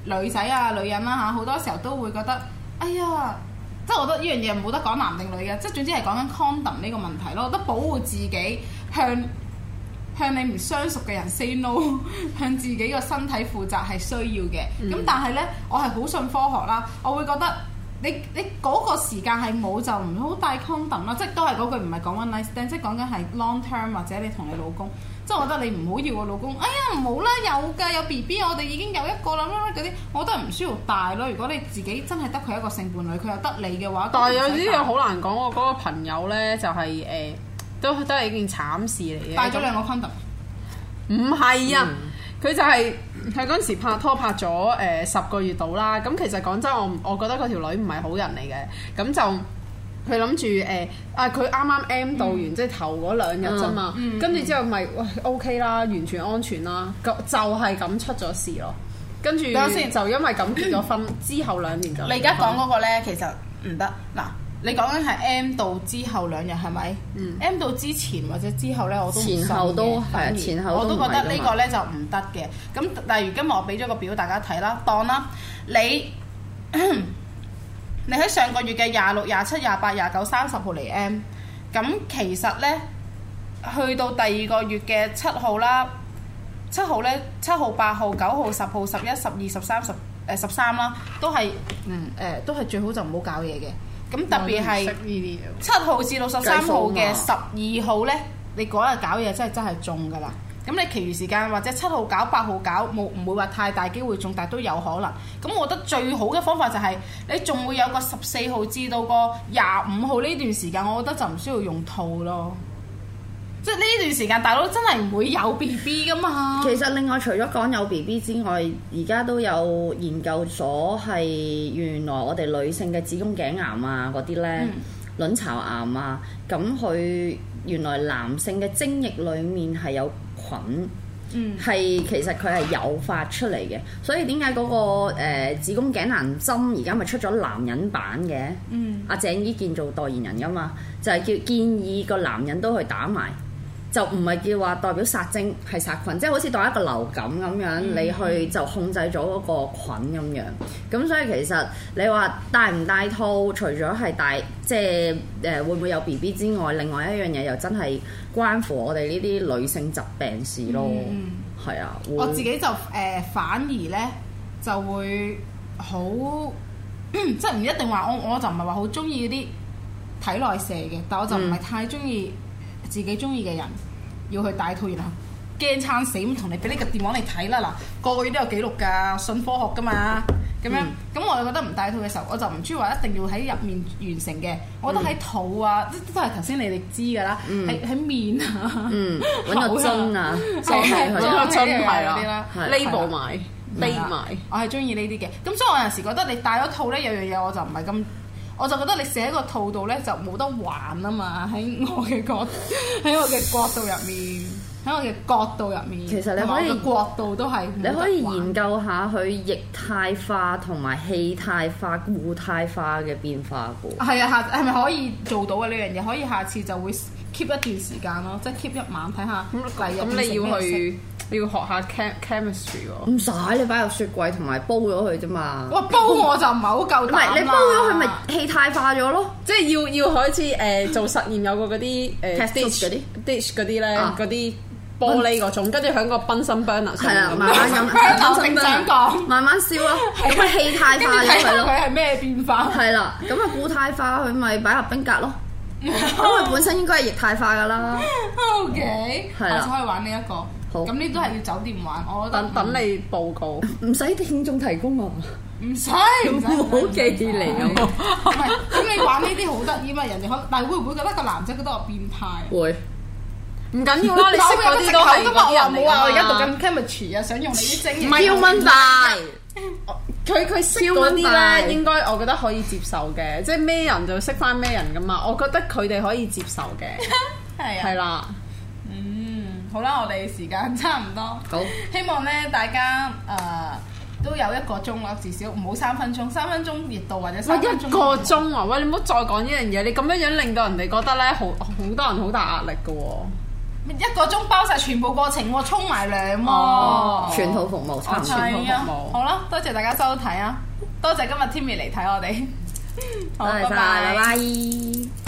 Speaker 4: 誒、女仔啊、女人啦、嚇，好多時候都會覺得，哎呀，即係我覺得呢樣嘢冇得講男定女嘅，即係總之係講緊 condom 呢個問題咯。我覺得保護自己向向你唔相熟嘅人 say no，向 自己個身體負責係需要嘅。
Speaker 5: 嗯
Speaker 4: 咁、但係呢，我係好信科學啦，我會覺得。你你嗰個時間係冇就唔好戴 condom 啦，即係都係嗰句唔係講 one night stand，即係講緊係 long term 或者你同你老公，即係我覺得你唔好要個老公，哎呀唔好啦，有㗎有 B B，我哋已經有一個啦啦啦嗰啲，我覺得唔需要戴咯。如果你自己真係得佢一個性伴侶，佢又得你嘅話，
Speaker 5: 但係有
Speaker 4: 咁唔使
Speaker 5: 啲
Speaker 4: 戴
Speaker 5: 嘢好難講。我嗰個朋友咧就係、誒、都都係一件慘事嚟嘅。
Speaker 4: 戴咗兩個 condom，
Speaker 5: 唔係啊，佢、就係佢嗰陣時拍拖拍咗誒、呃十個月到啦。咁其實講真，我唔我覺得嗰條女唔係好人嚟嘅。咁就佢諗住誒啊，佢啱啱 M 到完，即係頭嗰兩日啫嘛。跟住、之後咪喂 OK 啦，完全安全啦。就就係咁出咗事咯。跟住就因
Speaker 4: 等下先
Speaker 5: 為咁結咗婚，之後兩年就
Speaker 4: 你而家講嗰個咧其實唔得嗱。你講緊係 M 到之後兩日係咪、m
Speaker 5: 嗯
Speaker 4: 到之前或者之後咧，我都唔信嘅
Speaker 6: 前後都
Speaker 4: 反而
Speaker 6: 係前後都
Speaker 4: 我都覺
Speaker 6: 唔係㗎
Speaker 4: 得
Speaker 6: 嘛
Speaker 4: 呢
Speaker 5: 啊
Speaker 4: 個咧就唔得嘅。咁例如今日我俾咗個表大家睇啦，當啦你 你喺上個月嘅廿六、廿七、廿八、廿九、三十號嚟 M，咁其實呢，去到第二個月嘅七號啦，七號呢，七號、八號、九號、十號、十一、十二、十三、十誒十三啦，都係嗯誒、都係最好就唔好搞嘢嘅。咁特別係
Speaker 5: 呢啲嘢。啊
Speaker 4: 七號至到十三號嘅
Speaker 6: 計
Speaker 4: 十
Speaker 6: 數
Speaker 4: 二號呢，你嗰日搞嘢真係真係中㗎啦。咁你其餘時間或者七號搞八號搞冇唔會話太大機會中，但係都有可能。咁我覺得最好嘅方法就係、你仲會有個十四號至到個廿五號呢段時間，我覺得就唔需要用套咯。即係呢段時間，大佬真係唔會有 B B 㗎嘛。
Speaker 6: 其實另外除咗講有 B B 之外，而家都有研究所係原來我哋女性嘅子宮頸癌啊嗰啲
Speaker 4: 嗯
Speaker 6: 咧，卵巢癌啊，咁佢原來男性嘅精液裡面係有菌。
Speaker 4: 嗯
Speaker 6: 係其實佢係誘發出嚟嘅，所以點解嗰個、呃、子宮頸癌針而家咪出咗男人版嘅？
Speaker 4: 嗯，
Speaker 6: 阿鄭伊健做代言人噶嘛，就係、叫建議個男人都去打埋，就唔係叫話代表殺精係殺菌，即係好似當一個流感咁樣，你去就控制咗嗰個菌咁樣。咁所以其實你話戴唔戴套，除咗係戴即係誒、呃、會唔會有 B B 之外，另外一樣嘢又真係關乎我哋呢啲女性疾病事咯。係啊，會
Speaker 4: 我自己就誒、呃反而咧就會好， 即係唔一定話我我就唔係話好中意嗰啲體內射嘅，但我就
Speaker 6: 嗯
Speaker 4: 唔係太中意自己中意嘅人要去戴套，然後驚撐死咁同你俾呢個電話你睇啦嗱，個個月都有記錄㗎，信科學㗎嘛。咁
Speaker 6: 嗯
Speaker 4: 樣，咁、我又覺得唔戴套嘅時候，我就唔中意話一定要喺入面完成嘅。我覺得喺肚啊，即都係頭先你哋知㗎啦，喺喺、面啊，
Speaker 6: 嗯揾個針啊，
Speaker 4: 口
Speaker 6: 裝
Speaker 4: 啊
Speaker 6: 喺
Speaker 4: 係
Speaker 6: 佢
Speaker 4: 啊。
Speaker 5: 個真係
Speaker 4: 嗰啲啦
Speaker 5: 啦
Speaker 6: 係啊
Speaker 5: ，label 埋匿埋。
Speaker 4: 我係中意呢啲嘅。咁所以我有陣時覺得你戴咗套呢，有樣嘢我就唔係咁，我就覺得你寫喺個套度呢，就冇得玩啊嘛。喺我嘅角，喺我嘅角度入面，喺我嘅角度入面，
Speaker 6: 其實你
Speaker 4: 同埋
Speaker 6: 可以
Speaker 4: 我嘅角度都係冇
Speaker 6: 你
Speaker 4: 得
Speaker 6: 可以
Speaker 4: 玩
Speaker 6: 研究下佢液態化同埋氣態化、固態化嘅變化嘅喎。
Speaker 4: 係啊，下係咪可以做到啊？呢樣嘢可以下次就會 keep 一段時間咯，即係 keep 一晚睇下。
Speaker 5: 咁
Speaker 4: 第日
Speaker 5: 咁你
Speaker 4: 變成
Speaker 5: 要
Speaker 4: 咩色
Speaker 5: 去你要學下 chem chemistry 喎。
Speaker 6: 唔使，你擺入雪櫃同埋煲咗佢啫嘛。
Speaker 4: 哇煲我就唔係好夠
Speaker 6: 唔
Speaker 4: 膽
Speaker 6: 係你
Speaker 4: 啦
Speaker 6: 煲咗佢 咪氣態化咗咯？
Speaker 5: 即係要要開始誒做實驗有個嗰啲誒
Speaker 6: Test tube
Speaker 5: dish
Speaker 6: 嗰啲
Speaker 5: dish 嗰啲咧
Speaker 6: 啊
Speaker 5: 嗰啲
Speaker 4: 玻璃嗰種，跟住喺個 Bunsen burner 上
Speaker 6: 係啊，
Speaker 4: 面
Speaker 6: 慢
Speaker 4: 咁
Speaker 6: 慢
Speaker 4: 樣。
Speaker 5: 香
Speaker 6: 飲，
Speaker 5: 港定 想講
Speaker 6: 慢慢燒咯，咁咪氣態
Speaker 5: 跟住
Speaker 6: 化咗
Speaker 5: 睇下
Speaker 6: 佢咯。
Speaker 5: 佢係咩變化。
Speaker 6: 係啦，咁啊固態化佢咪擺入冰格咯，咁佢本身應該係液態化噶啦。
Speaker 5: O K，
Speaker 6: 係啦
Speaker 5: 下次可以玩呢一個。
Speaker 6: 好
Speaker 5: 咁呢都係要酒店玩，我覺得
Speaker 4: 等等你報告，
Speaker 6: 唔使聽眾提供啊，
Speaker 5: 唔使 唔使
Speaker 6: 唔好記
Speaker 5: 唔
Speaker 6: 嚟
Speaker 5: 使唔係咁你玩呢啲好得意嘛，人哋可但係會唔會覺得個男仔覺得我變態？
Speaker 6: 會
Speaker 4: 唔緊要 啦，你識嗰啲都係
Speaker 5: 咁啊！
Speaker 4: 嗰啲
Speaker 5: 我話
Speaker 4: 人嚟㗎嘛
Speaker 5: 冇話我而家讀緊 chemistry 啊，想用你啲精英。
Speaker 6: 要蚊大，
Speaker 4: 佢佢識嗰啲咧，應該我覺得可以接受嘅，即係咩人就識翻咩人噶嘛。我覺得佢哋可以接受 嘅，
Speaker 5: 係
Speaker 4: 係
Speaker 5: 啊，
Speaker 4: 啦。
Speaker 5: 嗯，好啦，我哋時間差唔多。
Speaker 6: 好
Speaker 5: 希望咧大家誒都有一個鐘啦，至少唔好三分鐘，三分鐘熱度或者
Speaker 4: 喂，
Speaker 5: 三分鐘
Speaker 4: 一個鐘啊！喂，你唔好再講呢樣嘢，你咁樣樣令到人哋覺得咧，好好多人好大壓力噶喎。
Speaker 5: 一個鐘包晒全部過程喎，沖埋涼
Speaker 4: 哦
Speaker 5: 喎。
Speaker 6: 全套服務差唔多。
Speaker 5: 係啊
Speaker 4: 全部服務
Speaker 5: 好啦，多謝大家收睇啊！多謝今日 Timmy 嚟睇我哋，好，拜拜。
Speaker 6: 拜。